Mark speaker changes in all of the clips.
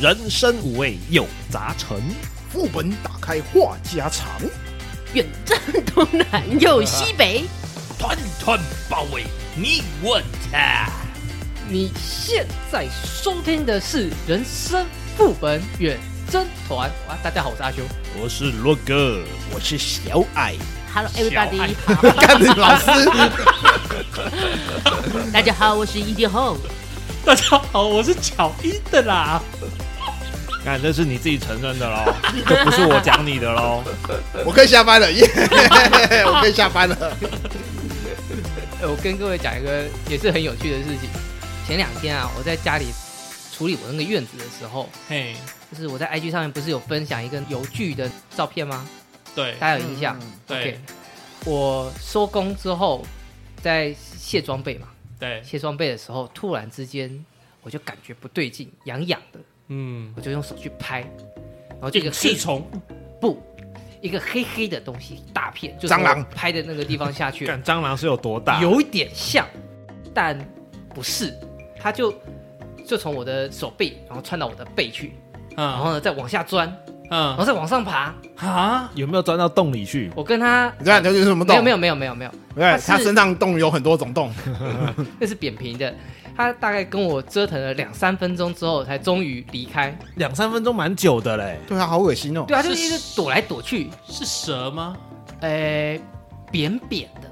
Speaker 1: 人生五味有杂陈，
Speaker 2: 副本打开话家常，
Speaker 3: 远征东南又西 北，
Speaker 4: 团团包围你我他。
Speaker 5: 你现在收听的是《人生副本远征团》啊！大家好，我是阿修。
Speaker 1: 我是洛哥，
Speaker 2: 我是小矮，
Speaker 3: Hello
Speaker 4: 小
Speaker 3: everybody，
Speaker 2: 干你老师，
Speaker 3: 大家好，我是 ED Home。
Speaker 4: 大家好，我是巧一的 啦。
Speaker 1: 看这是你自己承认 的喽，这不是我讲你的喽。
Speaker 2: 我可以下班 了，耶、我可以下班了。
Speaker 4: 哎
Speaker 5: 呃，我跟各位讲一个也是很有趣的事情。前两天啊，我在家里处理我那个院子的时候，
Speaker 4: 嘿，
Speaker 5: 就是我在 IG 上面不是有分享一个邮局的照片吗？
Speaker 4: 对
Speaker 5: 大家有印象？
Speaker 4: 对
Speaker 5: OK 我收工之后，在卸装备嘛，
Speaker 4: 对，
Speaker 5: 卸装备的时候，突然之间我就感觉不对劲，痒痒的，
Speaker 4: 嗯，
Speaker 5: 我就用手去拍，然后这个
Speaker 4: 隐
Speaker 5: 黑
Speaker 4: 翅虫，
Speaker 5: 不，一个黑黑的东西，一大片，就是
Speaker 2: 蟑螂
Speaker 5: 我拍的那个地方下去，
Speaker 1: 看蟑螂是有多大？
Speaker 5: 有一点像，但不是，它就就从我的手背，然后穿到我的背去，
Speaker 1: 啊
Speaker 5: 然
Speaker 4: 嗯
Speaker 5: 后呢再往下钻，然
Speaker 4: 嗯
Speaker 5: 后再往上爬。
Speaker 4: 啊，
Speaker 1: 有没有钻到洞里去？
Speaker 5: 我跟他
Speaker 2: 你知道你这是什么
Speaker 5: 没有
Speaker 2: 洞？
Speaker 5: 没有没有没有没有，
Speaker 2: 没有，
Speaker 5: 它是
Speaker 2: 他身上洞有很多种洞，
Speaker 5: 那是扁平的。他大概跟我折腾了两三分钟之后，才终于离开。
Speaker 1: 两三分钟蛮久的嘞。
Speaker 2: 对啊，好恶心哦。
Speaker 5: 对啊，就是一直躲来躲去，
Speaker 4: 是蛇吗？
Speaker 5: 呃，扁扁的，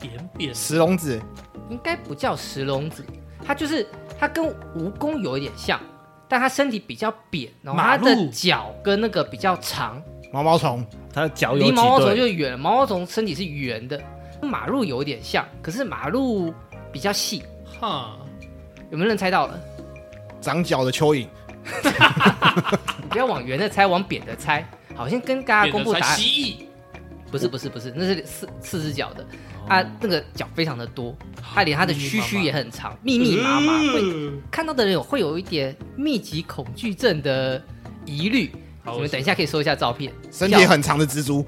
Speaker 4: 扁扁
Speaker 2: 石笼子，
Speaker 5: 应该不叫石笼子，它就是它跟蜈蚣有一点像，但它身体比较扁，然后它
Speaker 4: 马路
Speaker 5: 的脚跟那个比较长，
Speaker 2: 毛毛虫，
Speaker 1: 它的
Speaker 4: 哦
Speaker 1: 脚有
Speaker 5: 离
Speaker 1: 几
Speaker 5: 毛毛虫
Speaker 1: 对？
Speaker 5: 就远了，毛毛虫身体是圆的，跟马路有一点像，可是马路比较细，
Speaker 4: 哈，
Speaker 5: 有没有人猜到了？
Speaker 2: 长脚的蚯蚓，
Speaker 5: 你不要往圆的猜，往扁的猜。好，先跟大家
Speaker 4: 扁
Speaker 5: 公
Speaker 4: 的
Speaker 5: 布
Speaker 4: 才
Speaker 5: 答案，
Speaker 4: 蜥蜴，
Speaker 5: 不是不是不是，那是四四只脚的，
Speaker 4: 哦
Speaker 5: 它那个脚非常的多，它连它的须须也很长，密密麻麻，会
Speaker 4: 嗯
Speaker 5: 看到的人有会有一点密集恐惧症的疑虑。
Speaker 4: 好
Speaker 5: 你们等一下可以搜一下照片，
Speaker 2: 身体很长的蜘蛛，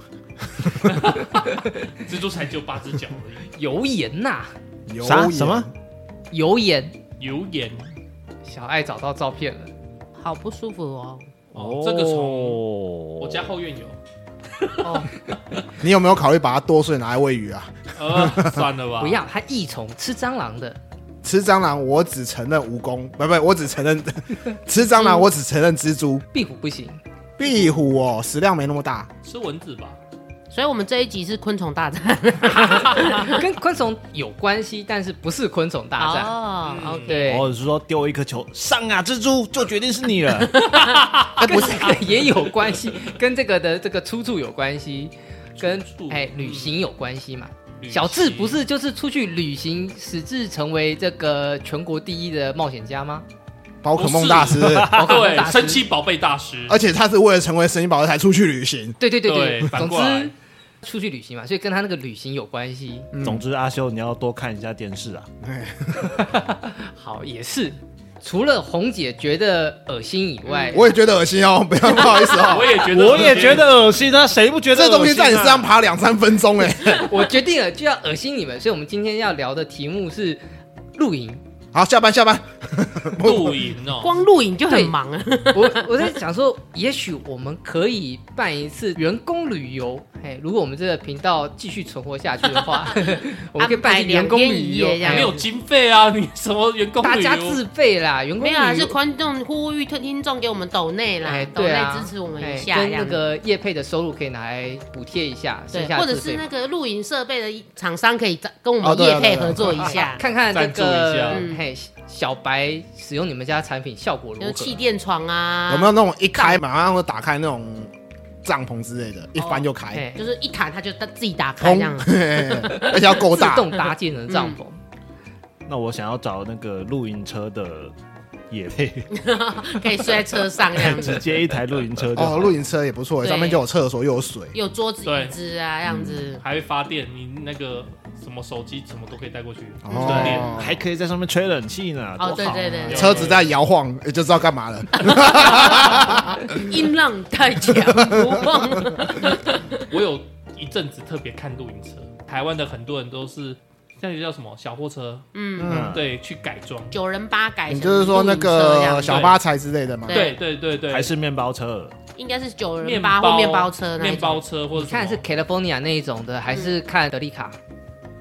Speaker 4: 蜘蛛才只有八只脚而已。
Speaker 5: 油盐呐、
Speaker 2: 有
Speaker 1: 啥什么？
Speaker 5: 油盐。
Speaker 4: 油盐，
Speaker 5: 小爱找到照片了，
Speaker 3: 好不舒服哦，
Speaker 4: 哦这个虫我
Speaker 1: 我
Speaker 4: 家后院 有，
Speaker 5: 哦，
Speaker 2: 你有没有考虑把它剁碎拿来喂鱼啊？
Speaker 4: 呃，算了吧，
Speaker 5: 不要，它益虫，吃蟑螂的。
Speaker 2: 吃蟑螂，我只承认蜈蚣，不不，我只承认 吃蟑螂，我只承认蜘蛛，
Speaker 5: 壁虎不行，
Speaker 2: 壁虎哦，食量没那么大，
Speaker 4: 吃蚊子吧。
Speaker 3: 所以我们这一集是昆虫大 战啊
Speaker 5: 跟昆虫有关系，但是不是昆虫大战。
Speaker 3: 哦
Speaker 4: 嗯
Speaker 3: OK，
Speaker 5: 对，
Speaker 1: 哦，是说丢一颗球上啊，蜘蛛就决定是你了。
Speaker 5: 跟这个啊 也有关系，跟这个的这个出处有关系，跟
Speaker 4: 出处
Speaker 5: 哎
Speaker 4: 嗯
Speaker 5: 旅行有关系嘛。
Speaker 4: 旅
Speaker 5: 小智不
Speaker 4: 行
Speaker 5: 是就是出去旅行，使志成为这个全国第一的冒险家吗？
Speaker 2: 宝可梦大师，
Speaker 5: 宝可
Speaker 4: 对，
Speaker 5: 梦大师啊
Speaker 4: 神奇宝贝大师，
Speaker 2: 而且他是为了成为神奇宝贝才出去旅行。
Speaker 5: 对对对
Speaker 4: 对反
Speaker 5: 总
Speaker 4: 过来
Speaker 5: 之出去旅行嘛，所以跟他那个旅行有关系。
Speaker 1: 嗯总之，阿修你要多看一下电视啊。
Speaker 5: 好，也是。除了红姐觉得恶心以
Speaker 4: 嗯
Speaker 5: 外，
Speaker 2: 我也觉得恶心哦，不要不好意思
Speaker 4: 啊我
Speaker 2: 哦，
Speaker 4: 也 觉得，
Speaker 1: 我也觉，得恶心啊，谁不觉得？
Speaker 2: 这东西在你身上，爬两三分钟哎。
Speaker 5: 我决定了就要恶心你们，所以我们今天要聊的题目是露营。
Speaker 2: 好，下班下班，
Speaker 4: 露营 哦，
Speaker 3: 光录影就很忙啊。
Speaker 5: 我我在想说，也许我们可以办一次员工旅游。哎，如果我们这个频道继续存活下去的话， 我们可以办一次员工旅游
Speaker 3: 安排两天一夜这，样
Speaker 5: 哎
Speaker 4: 没有经费啊，你什么员工
Speaker 5: 大
Speaker 4: 旅
Speaker 5: 家
Speaker 4: 游
Speaker 5: 自费啦，员工
Speaker 3: 没
Speaker 5: 旅
Speaker 3: 有啊，是
Speaker 5: 游。
Speaker 3: 观众呼吁听众给我们抖内啦
Speaker 5: 哎，
Speaker 3: 抖
Speaker 5: 对
Speaker 3: 内
Speaker 5: 啊，
Speaker 3: 支持我们
Speaker 5: 哎
Speaker 3: 一下，
Speaker 5: 跟
Speaker 3: 这
Speaker 5: 那
Speaker 3: 样子
Speaker 5: 个业配的收入可以拿来补贴一下，剩
Speaker 3: 对，
Speaker 5: 下的
Speaker 3: 或者
Speaker 5: 自费
Speaker 3: 是
Speaker 5: 嘛
Speaker 3: 那个录影设备的厂商可以跟我
Speaker 2: 哦
Speaker 3: 们
Speaker 2: 对啊
Speaker 3: 业配
Speaker 2: 对啊
Speaker 3: 合作一下，
Speaker 5: 看看这
Speaker 4: 赞助一下
Speaker 5: 个嗯嘿小白使用你们家产品效果如
Speaker 3: 有
Speaker 5: 何？
Speaker 3: 气垫床啊，
Speaker 2: 有没有那种一开马上就打开那种帐篷之类的，一翻就开，
Speaker 5: 哎，
Speaker 3: 就是一弹它就自己打开
Speaker 2: 砰
Speaker 3: 这 样，，
Speaker 2: 而且要够
Speaker 5: 自
Speaker 2: 大。
Speaker 5: 动搭建成帐篷，
Speaker 3: 嗯
Speaker 1: 那我想要找那个露营车的野配，
Speaker 3: 可以睡在车上这样 子，
Speaker 1: 直接一台露营车就好
Speaker 2: 哦，露营车也不错，
Speaker 3: 对
Speaker 2: 上面就有厕所又有水。
Speaker 3: 有桌子
Speaker 4: 对
Speaker 3: 椅子啊这样
Speaker 5: 嗯
Speaker 3: 子。
Speaker 4: 还会发电，你那个什么手机什么都可以带过去，
Speaker 2: 哦
Speaker 4: 充电。
Speaker 1: 还可以在上面吹冷气呢。
Speaker 3: 哦，
Speaker 1: 多
Speaker 3: 对
Speaker 1: 好啊
Speaker 3: 对对，
Speaker 2: 车子在摇晃，也就知道干嘛了。
Speaker 3: 对音浪太强，不忘。
Speaker 4: 我有一阵子特别看露营车，台湾的很多人都是
Speaker 6: 那个叫什么小货车，
Speaker 3: 嗯，
Speaker 2: 嗯，
Speaker 6: 对，去改装。
Speaker 3: 九人八改成
Speaker 2: 你
Speaker 3: 露营车这样子，
Speaker 2: 就是说那个小巴柴之类的嘛？
Speaker 3: 对
Speaker 6: 对对对对，
Speaker 1: 还是面包车？
Speaker 3: 应该是九人
Speaker 6: 面
Speaker 3: 八
Speaker 6: 包
Speaker 3: 或面包车那一
Speaker 6: 面
Speaker 3: 种，
Speaker 6: 包车或者
Speaker 5: 你看是
Speaker 6: 什么
Speaker 5: California 那一种的，还是看德利卡？
Speaker 3: 嗯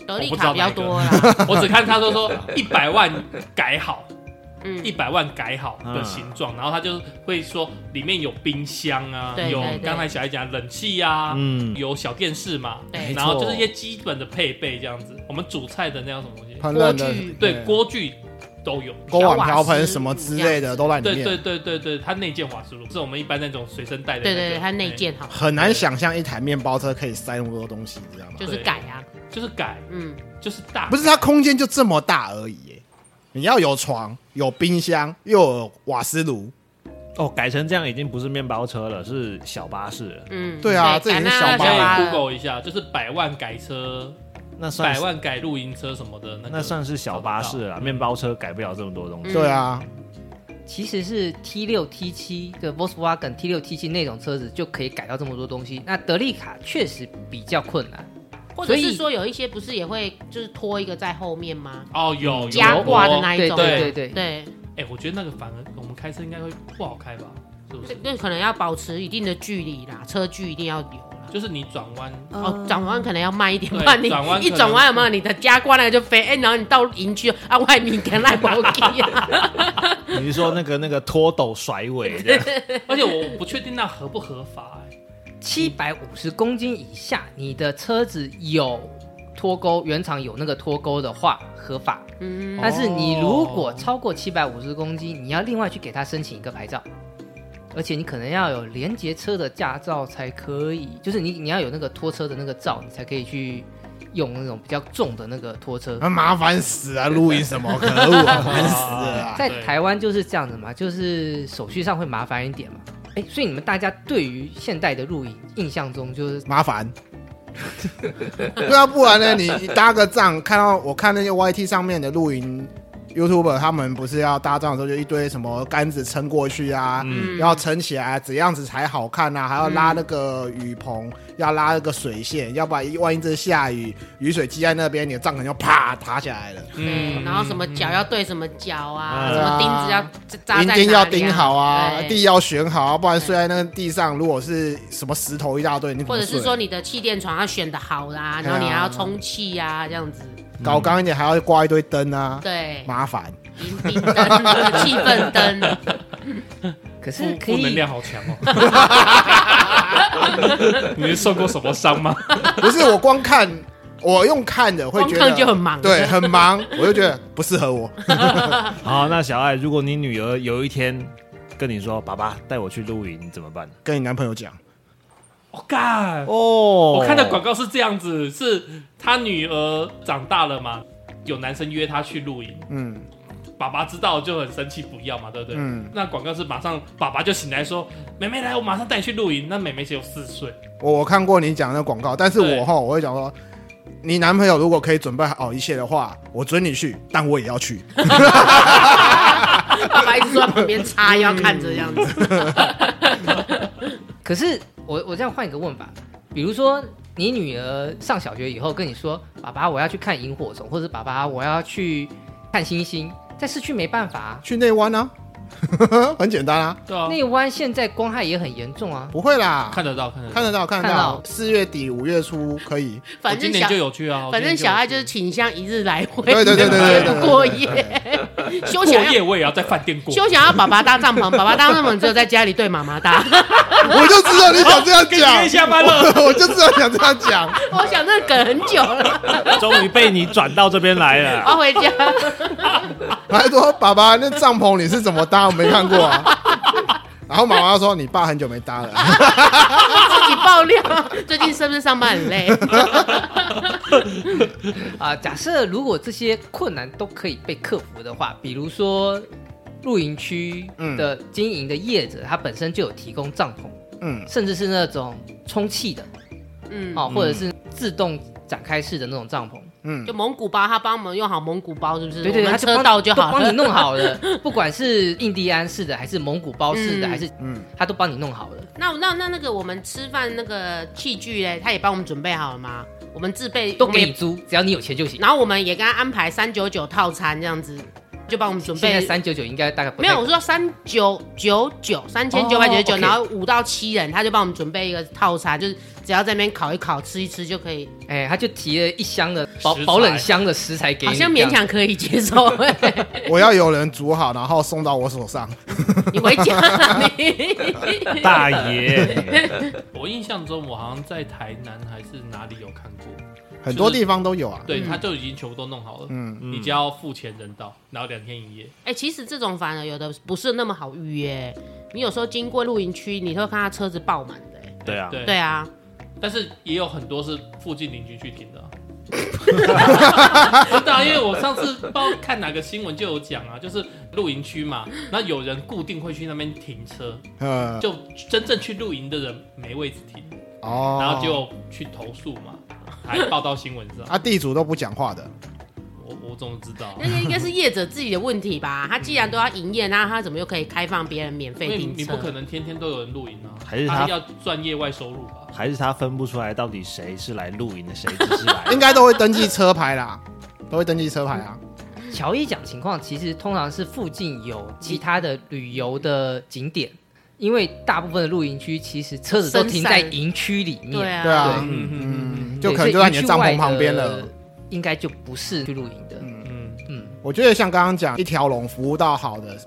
Speaker 3: 德利
Speaker 6: 我不知
Speaker 3: 卡
Speaker 6: 道
Speaker 3: 比较
Speaker 6: 哪一个
Speaker 3: 多啦。
Speaker 6: 我只看他都说一百万改好，
Speaker 3: 嗯
Speaker 6: 一，百万改好
Speaker 2: 嗯
Speaker 6: 的形状，然后他就会说里面有冰箱啊，
Speaker 3: 对
Speaker 6: 有
Speaker 3: 对对
Speaker 6: 刚才小爱讲的冷气啊，
Speaker 1: 嗯，
Speaker 6: 有小电视嘛，
Speaker 3: 对
Speaker 6: 然后就是一些基本的配备这样子。我们煮菜的那样什么东西，
Speaker 2: 烹饪
Speaker 3: 锅
Speaker 2: 的
Speaker 3: 具
Speaker 6: 对，锅具都有。
Speaker 2: 锅碗瓢盆什么之类的都在里
Speaker 6: 对对
Speaker 2: 面，
Speaker 6: 对对对，它内建瓦斯炉是我们一般那种随身带的、那
Speaker 3: 对
Speaker 6: 个
Speaker 3: 对对，它内，建好
Speaker 2: 很难想象一台面包车可以塞那么多东西，你知道吗？
Speaker 3: 就是改啊，
Speaker 6: 哎就是改，
Speaker 3: 嗯，
Speaker 6: 就是大，
Speaker 2: 不是它空间就这么大而已耶，你要有床，有冰箱，又有瓦斯炉，
Speaker 1: 哦，改成这样已经不是面包车了，是小巴士了。
Speaker 3: 嗯，
Speaker 2: 对啊这
Speaker 3: 改
Speaker 2: 也是
Speaker 3: 那
Speaker 2: 小
Speaker 6: 大
Speaker 2: 巴
Speaker 6: 家
Speaker 3: 巴
Speaker 6: 也
Speaker 3: 了
Speaker 6: Google 一下，就是百万改车、
Speaker 1: 那算
Speaker 6: 百
Speaker 1: 是
Speaker 6: 万改露营车什么的，那个、
Speaker 1: 那算是小巴士了啦，面包车改不了这么多东西。
Speaker 3: 嗯
Speaker 2: 对啊，
Speaker 5: 其实是 T 六 T 七的 Volkswagen T 六 T 七那种车子就可以改到这么多东西。那德利卡确实比较困难，
Speaker 3: 或者
Speaker 5: 所
Speaker 3: 是
Speaker 5: 以
Speaker 3: 说有一些不是也会就是拖一个在后面吗？
Speaker 6: 哦，有有
Speaker 3: 加挂的
Speaker 6: 有
Speaker 3: 那一种，
Speaker 5: 对
Speaker 6: 对
Speaker 5: 对对
Speaker 3: 对，
Speaker 6: 哎、我觉得那个反而我们开车应该会不好开吧？是不
Speaker 3: 这
Speaker 6: 是？
Speaker 3: 这可能要保持一定的距离啦，车距一定要留啦。
Speaker 6: 就是你转弯，
Speaker 2: 嗯
Speaker 3: 哦，转弯可能要慢一点，
Speaker 6: 对
Speaker 3: 不然你
Speaker 6: 转弯可能
Speaker 3: 一转弯有没有你的加挂那个就飞？哎，然后你到营区啊，外面跟来保底 啊，
Speaker 1: 你是说那个那个拖斗甩 尾这样？
Speaker 6: 而且我不确定那合不合法、哎，
Speaker 5: 七百五十公斤以下，你的车子有脱钩，原厂有那个脱钩的话合法。
Speaker 3: 嗯，
Speaker 5: 但是你如果超过七百五十公斤，你要另外去给他申请一个牌照，而且你可能要有连接车的驾照才可以，就是你你要有那个拖车的那个照，你才可以去用那种比较重的那个拖车。
Speaker 2: 那麻烦死啊！露营什么，可恶啊，烦死了啊！
Speaker 5: 在
Speaker 6: 对
Speaker 5: 台湾就是这样子嘛，就是手续上会麻烦一点嘛。哎，所以你们大家对于现代的露营印象中就是
Speaker 2: 麻烦。 对啊，不然呢？你你搭个帐，看到我看那些 YT 上面的露营 YouTuber，他们不是要搭帐的时候就一堆什么杆子撑过去啊，
Speaker 3: 嗯
Speaker 2: 要撑起来，怎样子才好看啊？还要拉那个雨棚，要拉那个水线，要不然一万一这下雨，雨水积在那边，你的帐可能就啪塌下来了。
Speaker 6: 嗯
Speaker 3: 对，然后什么脚要对什么脚啊，
Speaker 1: 嗯
Speaker 3: 什么钉子要扎扎在
Speaker 2: 银
Speaker 3: 哪里啊哎
Speaker 2: 钉要钉好啊，
Speaker 3: 对
Speaker 2: 地要选好啊，不然睡在那个地上，如果是什么石头一大堆，你怎么
Speaker 3: 或者是
Speaker 2: 睡
Speaker 3: 说你的气垫床要选的好啦，
Speaker 2: 对啊
Speaker 3: 然后你还要充气呀，这样子，
Speaker 2: 搞刚一点还要挂一堆灯啊，
Speaker 3: 对，
Speaker 2: 麻烦。
Speaker 3: 迎宾灯、气氛灯，
Speaker 5: 可是
Speaker 6: 负
Speaker 5: 可
Speaker 6: 负能
Speaker 5: 以
Speaker 6: 量好强哦、 你是受过什么伤吗？
Speaker 2: 不是我光看，我用看的会觉
Speaker 3: 光
Speaker 2: 得
Speaker 3: 看就很忙
Speaker 2: 对，很忙， 我就觉得不适合我。
Speaker 1: 好，那小爱，如果你女儿有一天跟你说：“爸爸带我去露营，你怎么办
Speaker 2: 跟你男朋友讲，
Speaker 6: 我干、？”
Speaker 1: 哦
Speaker 6: 我看的广告是这样子，是他女儿长大了嘛，有男生约她去露营，
Speaker 2: 嗯，
Speaker 6: 爸爸知道就很生气，不要嘛，对不对？
Speaker 2: 嗯
Speaker 6: 那广告是马上爸爸就醒来说：“妹妹来，我马上带你去露营。”那妹妹只有四岁，
Speaker 2: 我我看过你讲那广告，但是
Speaker 6: 对
Speaker 2: 我哈我会讲说。你男朋友如果可以准备好一切的话，我追你去，但我也要 去。
Speaker 3: 爸爸一直说在旁边插腰看着这样 子，
Speaker 5: 可是我我这样换一个问法，比如说你女儿上小学以后跟你说：“爸爸，我要去看萤火虫，或者爸爸，我要去看星星。”在市区没办法、啊，
Speaker 2: 去内湾啊， 很简单啊，
Speaker 6: 对啊，
Speaker 5: 内湾现在光害也很严重啊。
Speaker 2: 不会啦，
Speaker 6: 看得到，看得到。
Speaker 2: 看得到，看得
Speaker 5: 看
Speaker 2: 到
Speaker 5: 到，
Speaker 2: 四月底五月初可以。
Speaker 6: 我
Speaker 3: 反
Speaker 6: 今
Speaker 3: 正
Speaker 6: 年
Speaker 3: 小
Speaker 6: 就。有去啊，我
Speaker 3: 反
Speaker 6: 今年
Speaker 3: 正小爱
Speaker 6: 有去
Speaker 3: 就是倾向一日来回，
Speaker 2: 对对对对对对
Speaker 3: 不过夜， 休
Speaker 6: 过
Speaker 3: 想要
Speaker 6: 夜我也要在饭店过。
Speaker 3: 休想要爸爸搭 帐篷，爸爸搭帐篷只有在家里对妈妈搭。
Speaker 2: 我就知道你想这样
Speaker 6: 今天
Speaker 2: 讲，
Speaker 6: 下班了，
Speaker 2: 我 就知道你想这样讲。
Speaker 3: 我想这个梗很久了，
Speaker 1: 终于被你转到这边来
Speaker 3: 我
Speaker 1: 了。
Speaker 3: 要回家。
Speaker 2: 还说爸爸那帐篷你是怎么搭？我没看过啊。然后妈妈说你爸很久没搭了，
Speaker 3: 自己爆料， 最近是不是上班很累？
Speaker 5: 啊、假设如果这些困难都可以被克服的话，比如说露营区的经营的业者，他本身就有提供帐篷，
Speaker 2: 嗯，
Speaker 5: 甚至是那种充气的
Speaker 3: 嗯，
Speaker 5: 哦，或者是自动展开式的那种帐篷。
Speaker 2: 嗯
Speaker 3: 就蒙古包，他帮我们用好蒙古包，是不是？
Speaker 5: 对对，
Speaker 3: 我
Speaker 5: 他
Speaker 3: 们车到就好
Speaker 5: 帮你
Speaker 3: 了。
Speaker 5: 弄好 了，不管是印第安式的，还是蒙古包式的，
Speaker 3: 嗯
Speaker 5: 还是
Speaker 2: 嗯
Speaker 5: 他都帮你弄好了。
Speaker 3: 那那那那个我们吃饭那个器具嘞，他也帮我们准备好了吗？我们自备
Speaker 5: 都
Speaker 3: 我
Speaker 5: 给
Speaker 3: 们
Speaker 5: 你
Speaker 3: 也
Speaker 5: 租，只要你有钱就行。
Speaker 3: 然后我们也给他安排三九九套餐这样子，就帮我们准
Speaker 5: 现在
Speaker 3: 备。
Speaker 5: 三九九应该大概不
Speaker 3: 没
Speaker 5: 太
Speaker 3: 有，我说三九九九三千九百九十
Speaker 5: 哦
Speaker 3: 九，
Speaker 5: ，OK
Speaker 3: 然后五到七人，他就帮我们准备一个套餐，就是只要在那边烤一烤、吃一吃就可以，
Speaker 5: 哎，他就提了一箱的保
Speaker 6: 食材
Speaker 5: 保冷箱的食材给你，
Speaker 3: 好像勉
Speaker 5: 这样。
Speaker 3: 强可以接受。哎嘿
Speaker 2: 我要有人煮好，然后送到我手上。
Speaker 3: 你回家啦你。
Speaker 1: 大爷，
Speaker 6: 我印象中，我好像在台南还是哪里有看过，
Speaker 2: 很多地方都有啊。
Speaker 6: 对，
Speaker 3: 嗯
Speaker 6: 他就已经全部都弄好了，
Speaker 2: 嗯，
Speaker 6: 你只要付钱人到，然后两天一夜。
Speaker 3: 哎、其实这种反而有的不是那么好预约，你有时候经过露营区，你会看他车子爆满的、哎
Speaker 1: 对啊，
Speaker 6: 对
Speaker 3: 对啊，
Speaker 6: 但是也有很多是附近邻居去停的、啊。 真的啊、因为我上次不知道看哪个新闻就有讲啊，就是露营区嘛，那有人固定会去那边停车，
Speaker 2: 呃，
Speaker 6: 就真正去露营的人没位置停，
Speaker 2: 哦，
Speaker 6: 然后就去投诉嘛，还报到新闻上。
Speaker 2: 啊，地主都不讲话的，
Speaker 6: 我我怎么知道啊、
Speaker 3: 那个应该是业者自己的问题吧？他既然都要营业，那他怎么又可以开放别人免
Speaker 6: 因
Speaker 3: 费
Speaker 6: 为你
Speaker 3: 停
Speaker 6: 你
Speaker 3: 车？
Speaker 6: 不可能天天都有人露营啊，
Speaker 1: 还是
Speaker 6: 他
Speaker 1: 他
Speaker 6: 要赚业外收入吧？
Speaker 1: 还是他分不出来到底谁是来露营的，谁只是来
Speaker 2: 应该都会登记车牌啦，都会登记车牌啊。
Speaker 5: 乔伊讲情况，其实通常是附近有其他的旅游的景点，因为大部分的露营区其实车子都停在
Speaker 3: 分散
Speaker 5: 营区里面，
Speaker 3: 对啊，
Speaker 2: 对啊，
Speaker 6: 嗯
Speaker 2: 嗯，
Speaker 5: 对
Speaker 2: 就可能就在你的帐篷旁边，
Speaker 5: 所以营
Speaker 2: 了
Speaker 5: 区外。的应该就不是去露营的。嗯
Speaker 6: 嗯，
Speaker 2: 我觉得像刚刚讲一条龙服务到好的，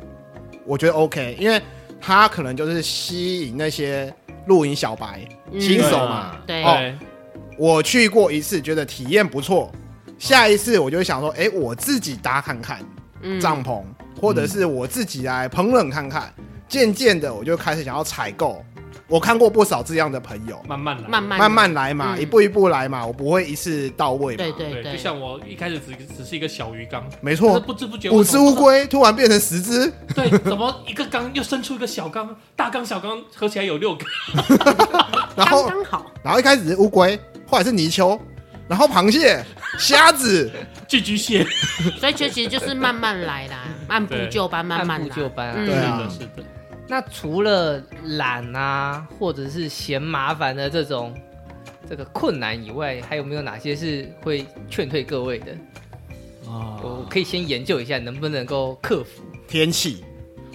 Speaker 2: 我觉得 OK，因为它可能就是吸引那些露营小白、
Speaker 3: 嗯
Speaker 2: 新手嘛。
Speaker 1: 啊
Speaker 3: 对
Speaker 2: 哦我去过一次，觉得体验不错，下一次我就会想说，哎，我自己搭看看
Speaker 3: 嗯
Speaker 2: 帐篷，或者是我自己来烹饪看看。渐渐的，我就开始想要采购。我看过不少这样的朋友，
Speaker 6: 慢慢来，
Speaker 3: 慢慢
Speaker 2: 慢慢来嘛，
Speaker 3: 嗯
Speaker 2: 一步一步来嘛，我不会一次到位嘛。
Speaker 3: 对对
Speaker 6: 对，就像我一开始只只是一个小鱼缸，
Speaker 2: 没
Speaker 6: 但是
Speaker 2: 错，
Speaker 6: 不知不觉
Speaker 2: 五只乌，龟突然变成十只，
Speaker 6: 我怎么对，怎么一个缸又生出一个小缸，大缸小缸合起来有六个，
Speaker 2: 然后
Speaker 3: 刚刚好，
Speaker 2: 然后一开始是乌龟，后来是泥鳅，然后螃蟹、虾子，
Speaker 6: 寄居 蟹，
Speaker 3: 所以这其实就是慢慢来啦，按部就班，慢慢
Speaker 5: 按部就
Speaker 3: 来。
Speaker 5: 班啊。
Speaker 3: 嗯
Speaker 2: 对啊
Speaker 6: 是的，是的，
Speaker 5: 那除了懒啊，或者是嫌麻烦的这种这个困难以外，还有没有哪些是会劝退各位的？
Speaker 1: 啊
Speaker 5: 我我可以先研究一下能不能够克服。
Speaker 2: 天气，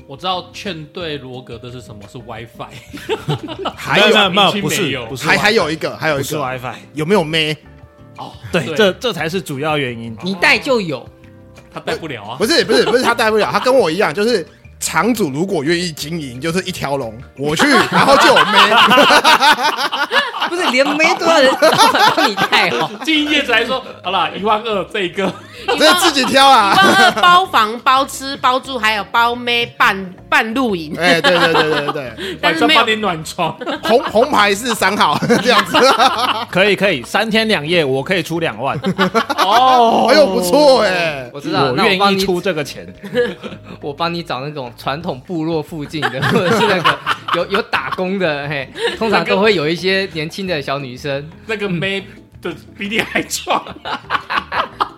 Speaker 6: 我知道劝对罗格的是什么，是 WiFi，
Speaker 2: 还
Speaker 1: 没
Speaker 2: 有
Speaker 1: 有没有
Speaker 6: 邻居
Speaker 1: 不
Speaker 6: 没
Speaker 1: 是
Speaker 6: 有
Speaker 1: 不是
Speaker 2: 还
Speaker 1: WiFi，
Speaker 2: 还有一个，还有
Speaker 1: 不
Speaker 2: 一
Speaker 1: 是
Speaker 2: 个
Speaker 1: WiFi，
Speaker 2: 有没有妹？
Speaker 6: 哦，
Speaker 1: 对，这这才是主要原因。
Speaker 5: 你带就有，
Speaker 6: 他带不了啊，
Speaker 2: 不是不是不是，他带不了，他跟我一样，就是场主如果愿意经营，就是一 条龙，我去，然后就有妹，
Speaker 5: 啊不是连没多 少人老板帮你带哦。
Speaker 6: 经营业者来说，好啦，一万二这一 个，
Speaker 2: 这自己挑啊。
Speaker 3: 包二 包房、包吃、包住，还有包妹伴伴露营，
Speaker 2: 哎，对对对对对，
Speaker 3: 但
Speaker 6: 晚
Speaker 3: 是
Speaker 6: 上
Speaker 3: 没
Speaker 6: 帮
Speaker 3: 有
Speaker 6: 你暖床，
Speaker 2: 红红牌是三号 这样子，
Speaker 1: 可以可以，三天两夜我可以出两万，
Speaker 6: 哦，
Speaker 2: 哎呦不错哎，
Speaker 5: 我知道，
Speaker 1: 我
Speaker 5: 那我帮
Speaker 1: 愿意
Speaker 5: 你
Speaker 1: 出这个钱。
Speaker 5: 我帮你找那种传统部落附近的，或者是那个有有打工的，嘿，通常都会有一些年轻的小女生。
Speaker 6: 那个妹的比你还壮，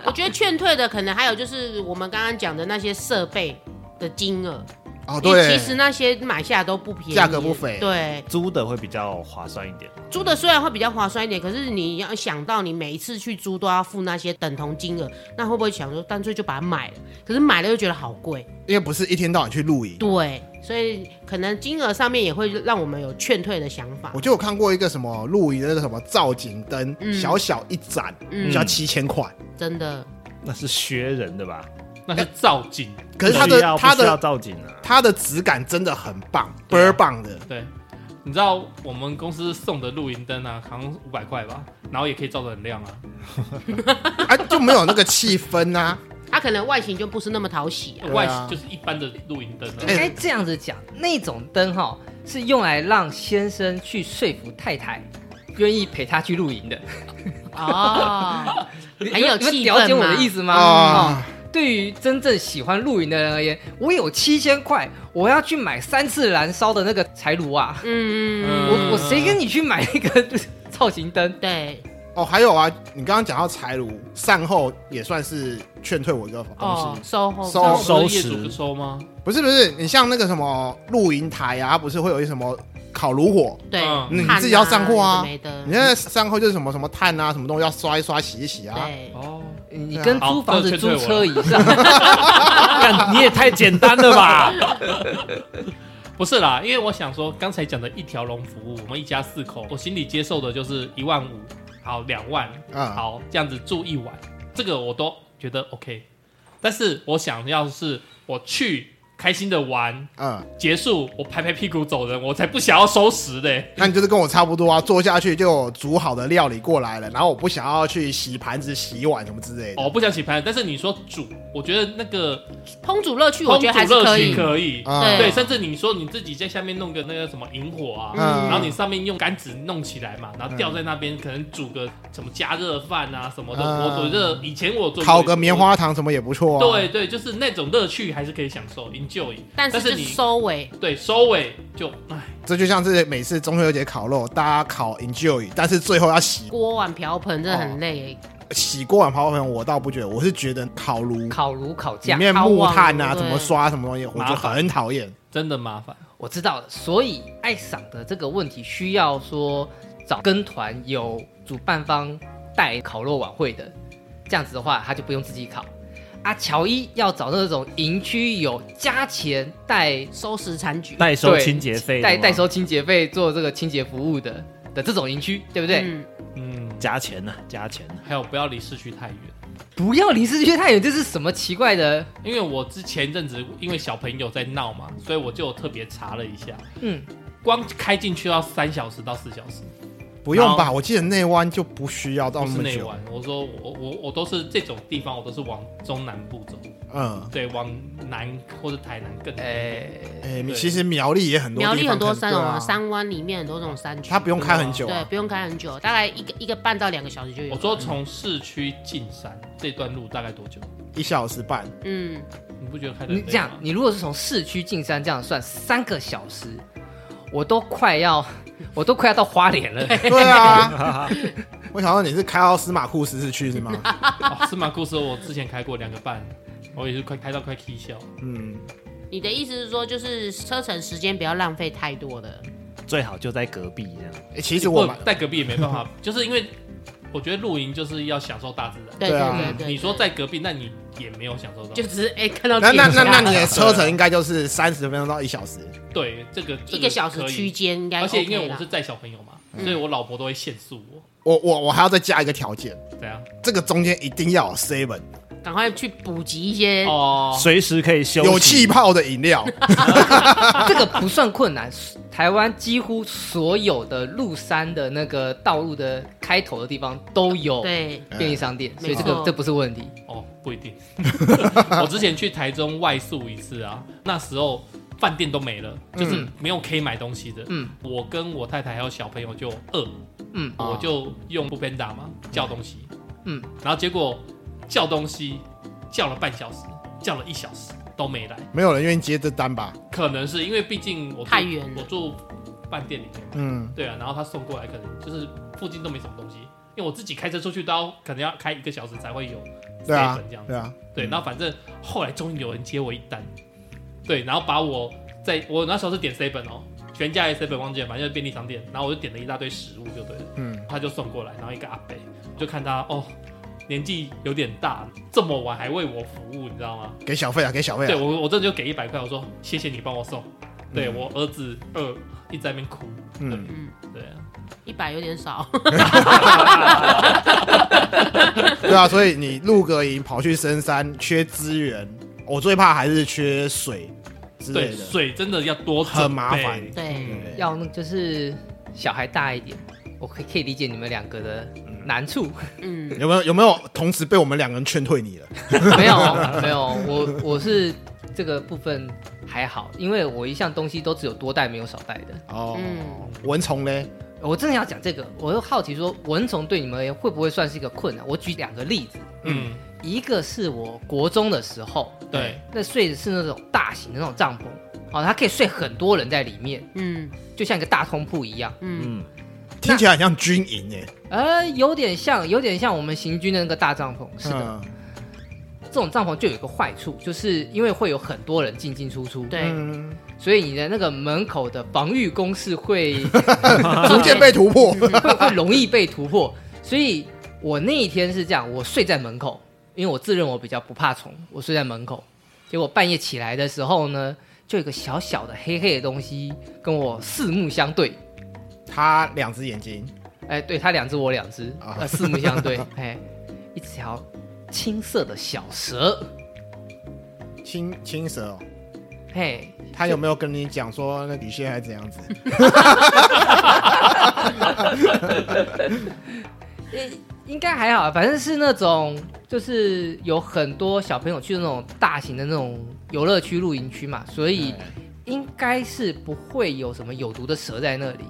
Speaker 3: 我觉得劝退的可能还有就是我们刚刚讲的那些设备的金额，
Speaker 2: 哦
Speaker 3: 因为
Speaker 2: 对，
Speaker 3: 其实那些买下来都不便宜，
Speaker 2: 价格不菲
Speaker 3: 对，
Speaker 1: 租的会比较划算一点。
Speaker 3: 租的虽然会比较划算一点，可是你要想到你每一次去租都要付那些等同金额，那会不会想说干脆就把它买了？可是买了又觉得好贵，
Speaker 2: 因为不是一天到晚去露营。
Speaker 3: 对，所以可能金额上面也会让我们有劝退的想法
Speaker 2: 我。就有看过一个什么露营的那个什么造景灯，
Speaker 3: 嗯
Speaker 2: 小小一盏
Speaker 3: 嗯
Speaker 2: 就要七千块，
Speaker 3: 真的，
Speaker 1: 那是削人的吧？
Speaker 6: 那是造景，
Speaker 2: 可是它
Speaker 1: 不
Speaker 2: 的
Speaker 1: 需要
Speaker 2: 它
Speaker 1: 不需要
Speaker 2: 的
Speaker 1: 造景啊，
Speaker 2: 它的质感真的很棒，倍
Speaker 6: 对啊
Speaker 2: 儿棒的。
Speaker 6: 对，你知道我们公司送的露营灯啊，好像五百块吧，然后也可以照得很亮啊。
Speaker 2: 啊，就没有那个气 氛啊。
Speaker 3: 它可能外形就不是那么讨喜啊。
Speaker 2: 对啊
Speaker 6: 外形就是一般的露营灯啊。
Speaker 5: 应该这样子讲，那种灯哈是用来让先生去说服太太。愿意陪他去露营的，
Speaker 3: 哦，很有
Speaker 5: 你们
Speaker 3: 气氛
Speaker 5: 了解我的
Speaker 3: 嘛
Speaker 5: 意思吗？哦
Speaker 2: 啊，
Speaker 5: 对于真正喜欢露营的人而言，我有七千块，我要去买三次燃烧的那个柴炉啊！
Speaker 3: 嗯，
Speaker 5: 我我谁跟你去买那个 造型灯？
Speaker 3: 对，
Speaker 2: 哦，还有啊，你刚刚讲到柴炉，善后也算是劝退我一个东西。
Speaker 3: 哦，售后
Speaker 2: 售
Speaker 6: 那
Speaker 2: 后
Speaker 6: 我们的
Speaker 1: 收
Speaker 6: 业
Speaker 1: 拾
Speaker 6: 主不收吗？
Speaker 2: 不是不是，你像那个什么露营台啊，它不是会有一什么烤炉火，
Speaker 3: 对
Speaker 6: 嗯，
Speaker 2: 你
Speaker 3: 碳
Speaker 2: 自己要上货啊
Speaker 3: 有的没的
Speaker 2: 你，现在上课就是什么什么碳啊，什么东西要刷一刷、洗一洗啊。
Speaker 3: 对，
Speaker 6: 哦，
Speaker 5: 你
Speaker 2: 对啊
Speaker 5: 跟
Speaker 6: 好
Speaker 5: 租房
Speaker 6: 这
Speaker 5: 子
Speaker 6: 个
Speaker 5: 租
Speaker 6: 劝退我
Speaker 5: 车一样，
Speaker 2: 啊
Speaker 1: 干你也太简单了 吧？
Speaker 6: 不是啦，因为我想说，刚才讲的一条龙服务，我们一家四口，我心里接受的就是一万五，好两万，
Speaker 2: 啊
Speaker 6: 好这样子住一晚，这个我都觉得 OK。但是我想要是我去开心的玩，
Speaker 2: 嗯，
Speaker 6: 结束我拍拍屁股走人，我才不想要收拾嘞。
Speaker 2: 那你就是跟我差不多啊，做下去就有煮好的料理过来了，然后我不想要去洗盘子、洗碗什么之类的。
Speaker 6: 哦，我不想洗盘，但是你说煮，我觉得那个
Speaker 3: 烹煮乐趣我
Speaker 6: 烹
Speaker 3: 觉得还
Speaker 6: 煮
Speaker 3: 是
Speaker 6: 乐
Speaker 3: 可
Speaker 6: 趣
Speaker 3: 以，
Speaker 6: 可以。
Speaker 2: 啊
Speaker 3: 对
Speaker 6: 对，甚至你说你自己在下面弄个那个什么萤火啊，
Speaker 2: 嗯
Speaker 6: 然后你上面用杆子弄起来嘛，然后吊在那边，可能煮个什么加热饭啊什么的，
Speaker 2: 嗯
Speaker 6: 我煮热。以前我做
Speaker 2: 烤个棉，花糖什么也不错、啊。
Speaker 6: 对，对，就是那种乐趣还是可以享受，enjoy。
Speaker 3: 但
Speaker 6: 但
Speaker 3: 是
Speaker 6: 是
Speaker 3: 就
Speaker 6: 你
Speaker 3: 收尾，
Speaker 6: 对收尾就唉，
Speaker 2: 这就像是每次中秋节烤肉，大家烤 enjoy，但是最后要洗
Speaker 3: 锅碗瓢盆真的很累，
Speaker 2: 洗锅碗瓢盆，我倒不觉得，我是觉得烤炉
Speaker 5: 烤炉烤
Speaker 2: 里
Speaker 5: 架，
Speaker 2: 面
Speaker 3: 烤
Speaker 2: 木
Speaker 3: 网
Speaker 2: 炭啊，
Speaker 3: 对
Speaker 2: 怎么刷什么东西，我就
Speaker 6: 麻烦
Speaker 2: 很讨厌。
Speaker 6: 真的麻烦。
Speaker 5: 我知道了。所以爱赏的这个问题需要说找跟团有主办方带烤肉晚会的，这样子的话他就不用自己烤。啊，乔伊要找那种营区有加钱带
Speaker 3: 收拾残局。
Speaker 1: 代收
Speaker 5: 对
Speaker 1: 清洁费的吗，
Speaker 5: 代代收清洁费做这个清洁服务的的这种营区，对不对？
Speaker 3: 嗯，
Speaker 6: 嗯，
Speaker 1: 加钱呢、加钱啊呢、
Speaker 6: 还有不要离市区太远，
Speaker 5: 不要离市区太远，这是什么奇怪的？
Speaker 6: 因为我之前一阵子因为小朋友在闹嘛，所以我就特别查了一下，
Speaker 5: 嗯，
Speaker 6: 光开进去要三小时到四小时。
Speaker 2: 不用
Speaker 6: 然
Speaker 2: 吧，我记得内湾就不需要到
Speaker 6: 不
Speaker 2: 那
Speaker 6: 是
Speaker 2: 么
Speaker 6: 内
Speaker 2: 久
Speaker 6: 湾。，我说我我我都是这种地方，我都是往中南部走，
Speaker 2: 嗯，
Speaker 6: 对，往南或者台南更。
Speaker 5: 哎、
Speaker 2: 哎、
Speaker 6: 对
Speaker 2: 其实苗栗也很多地
Speaker 3: 苗
Speaker 2: 方
Speaker 3: 栗很多山
Speaker 2: 可
Speaker 3: 哦，
Speaker 2: 能对啊，
Speaker 3: 山湾里面很多这种山区，
Speaker 2: 它不用开很久
Speaker 3: 对
Speaker 2: 啊。，
Speaker 3: 不用开很久，大概一个一个半到两个小时就有。
Speaker 6: 我说，从市区进山这段路大概多久？
Speaker 2: 一小时 半，
Speaker 3: 嗯，
Speaker 6: 你不觉得开得
Speaker 5: 你
Speaker 6: 很
Speaker 5: 这样
Speaker 6: 累，吗
Speaker 5: 你如果是从市区进山这样算，三个小时，我都快要， 我都快要到花莲了。
Speaker 2: 对啊。 我想到你是开到司马库斯市去是吗？
Speaker 3: 啊
Speaker 6: 哦司马库斯我之前开过两个半，我也是快开到快气笑。
Speaker 2: 嗯，
Speaker 3: 你的意思是说，就是车程时间不要浪费太多的，
Speaker 1: 最好就在隔壁啊这样。
Speaker 2: 哎其实我蛮
Speaker 6: 不在隔壁也没办法，就是因为我觉得露营就是要享受大自然。
Speaker 3: 对
Speaker 2: 对啊
Speaker 3: 对对，
Speaker 6: 你说在隔壁，那你也没有享受到
Speaker 3: 就。只是哎看到
Speaker 2: 那那
Speaker 3: 自己
Speaker 2: 那
Speaker 3: 家
Speaker 2: 那你的车程应该就是三十分钟到一小时，
Speaker 6: 对，这个这
Speaker 3: 一个小时
Speaker 6: 可以
Speaker 3: 区间应该
Speaker 6: 而
Speaker 3: OK 啦，
Speaker 6: 且因为我是载小朋友嘛，
Speaker 2: 嗯
Speaker 6: 所以我老婆都会限速我，
Speaker 2: 我我我还要再加一个条件，
Speaker 6: 怎样？
Speaker 2: 这个中间一定要有 seven
Speaker 3: 赶快去补给一些
Speaker 6: 哦，
Speaker 1: 随时可以休息。
Speaker 2: 有气泡的 饮料，
Speaker 5: 这个不算困难，台湾几乎所有的入山的那个道路的开头的地方都有
Speaker 3: 对，
Speaker 5: 便利商店，所以这
Speaker 3: 没
Speaker 5: 个
Speaker 3: 错
Speaker 5: 这不是问题。
Speaker 6: 哦，不一定。 我之前去台中外宿一次啊，那时候饭店都没了，就是没有可以买东西的。
Speaker 5: 嗯
Speaker 6: 我跟我太太还有小朋友就饿，
Speaker 5: 嗯，
Speaker 2: 啊
Speaker 3: 哦
Speaker 6: 我就用 b 边打嘛叫东西，
Speaker 5: 嗯，
Speaker 6: 然后结果叫东西叫了半小时，叫了一小时都没来，
Speaker 2: 没有人愿意接这单吧？
Speaker 6: 可能是因为毕竟我住
Speaker 3: 太远了
Speaker 6: 我住饭店里面嘛，
Speaker 2: 嗯，
Speaker 6: 对啊，然后他送过来可能就是附近都没什么东西，因为我自己开车出去都要可能要开一个小时才会有
Speaker 2: 对啊
Speaker 6: seven 这样子
Speaker 2: 对啊，
Speaker 6: 对，然后反正后来终于有人接我一单，对，然后把我在我那时候是点 seven 哦，全家也 seven 忘记了，反正就是便利商店，然后我就点了一大堆食物就对了，
Speaker 2: 嗯，
Speaker 6: 他就送过来，然后一个阿伯，我就看他哦，年纪有点大，这么晚还为我服务，你知道吗？
Speaker 2: 给小费啊，给小费
Speaker 6: 对
Speaker 2: 啊，
Speaker 6: 我我这就给一百块，我说谢谢你帮我送，对我儿子饿一直在那边哭，
Speaker 2: 嗯，
Speaker 3: 嗯，
Speaker 6: 对啊，
Speaker 3: 一百有点少，
Speaker 2: 对啊，所以你露个营跑去深山缺资源，我最怕还是缺水之类的，
Speaker 6: 对，水真的要多
Speaker 2: 很
Speaker 6: 准
Speaker 2: 麻
Speaker 6: 备
Speaker 2: 烦
Speaker 3: 对，
Speaker 2: 对
Speaker 5: 要那就是小孩大一点，我可以可以理解你们两个的难处。
Speaker 3: 嗯，
Speaker 2: 有没有有没有同时被我们两个人劝退你了？
Speaker 5: 嗯 没有没有，我我是这个部分还好，因为我一向东西都只有多带没有少带的。
Speaker 2: 哦，
Speaker 3: 嗯
Speaker 2: 蚊虫嘞，
Speaker 5: 我真的要讲这个，我又好奇说蚊虫对你们而言会不会算是一个困难？我举两个例子，
Speaker 6: 嗯，
Speaker 5: 一个是我国中的时候，
Speaker 6: 对，
Speaker 5: 那睡的是那种大型的那种帐篷，哦，它可以睡很多人在里面，
Speaker 3: 嗯
Speaker 5: 就像一个大通铺一样，
Speaker 3: 嗯，
Speaker 1: 嗯，
Speaker 2: 听起来很像军营诶、
Speaker 5: 呃，有点像有点像我们行军的那个大帐篷，是的。
Speaker 2: 嗯
Speaker 5: 这种帐篷就有一个坏处，就是因为会有很多人进进出出，
Speaker 3: 对
Speaker 2: 嗯，
Speaker 5: 所以你的那个门口的防御工事会
Speaker 2: 逐渐被突破。
Speaker 5: 会会容易被突破。所以我那一天是这样，我睡在门口，因为我自认我比较不怕虫，我睡在门口。结果半夜起来的时候呢，就有一个小小的黑黑的东西跟我四目相对，
Speaker 2: 他两只眼睛，
Speaker 5: 哎，对，它两只我两只，
Speaker 2: 啊
Speaker 5: 呃，四目相对，哎，一条青色的小蛇，
Speaker 2: 青青蛇哦，
Speaker 5: 嘿，
Speaker 2: 他有没有跟你讲说那女蟹还怎样子？
Speaker 5: 应该还好，啊反正是那种就是有很多小朋友去的那种大型的那种游乐区、露营区嘛，所以
Speaker 2: 哎
Speaker 5: 应该是不会有什么有毒的蛇在那里。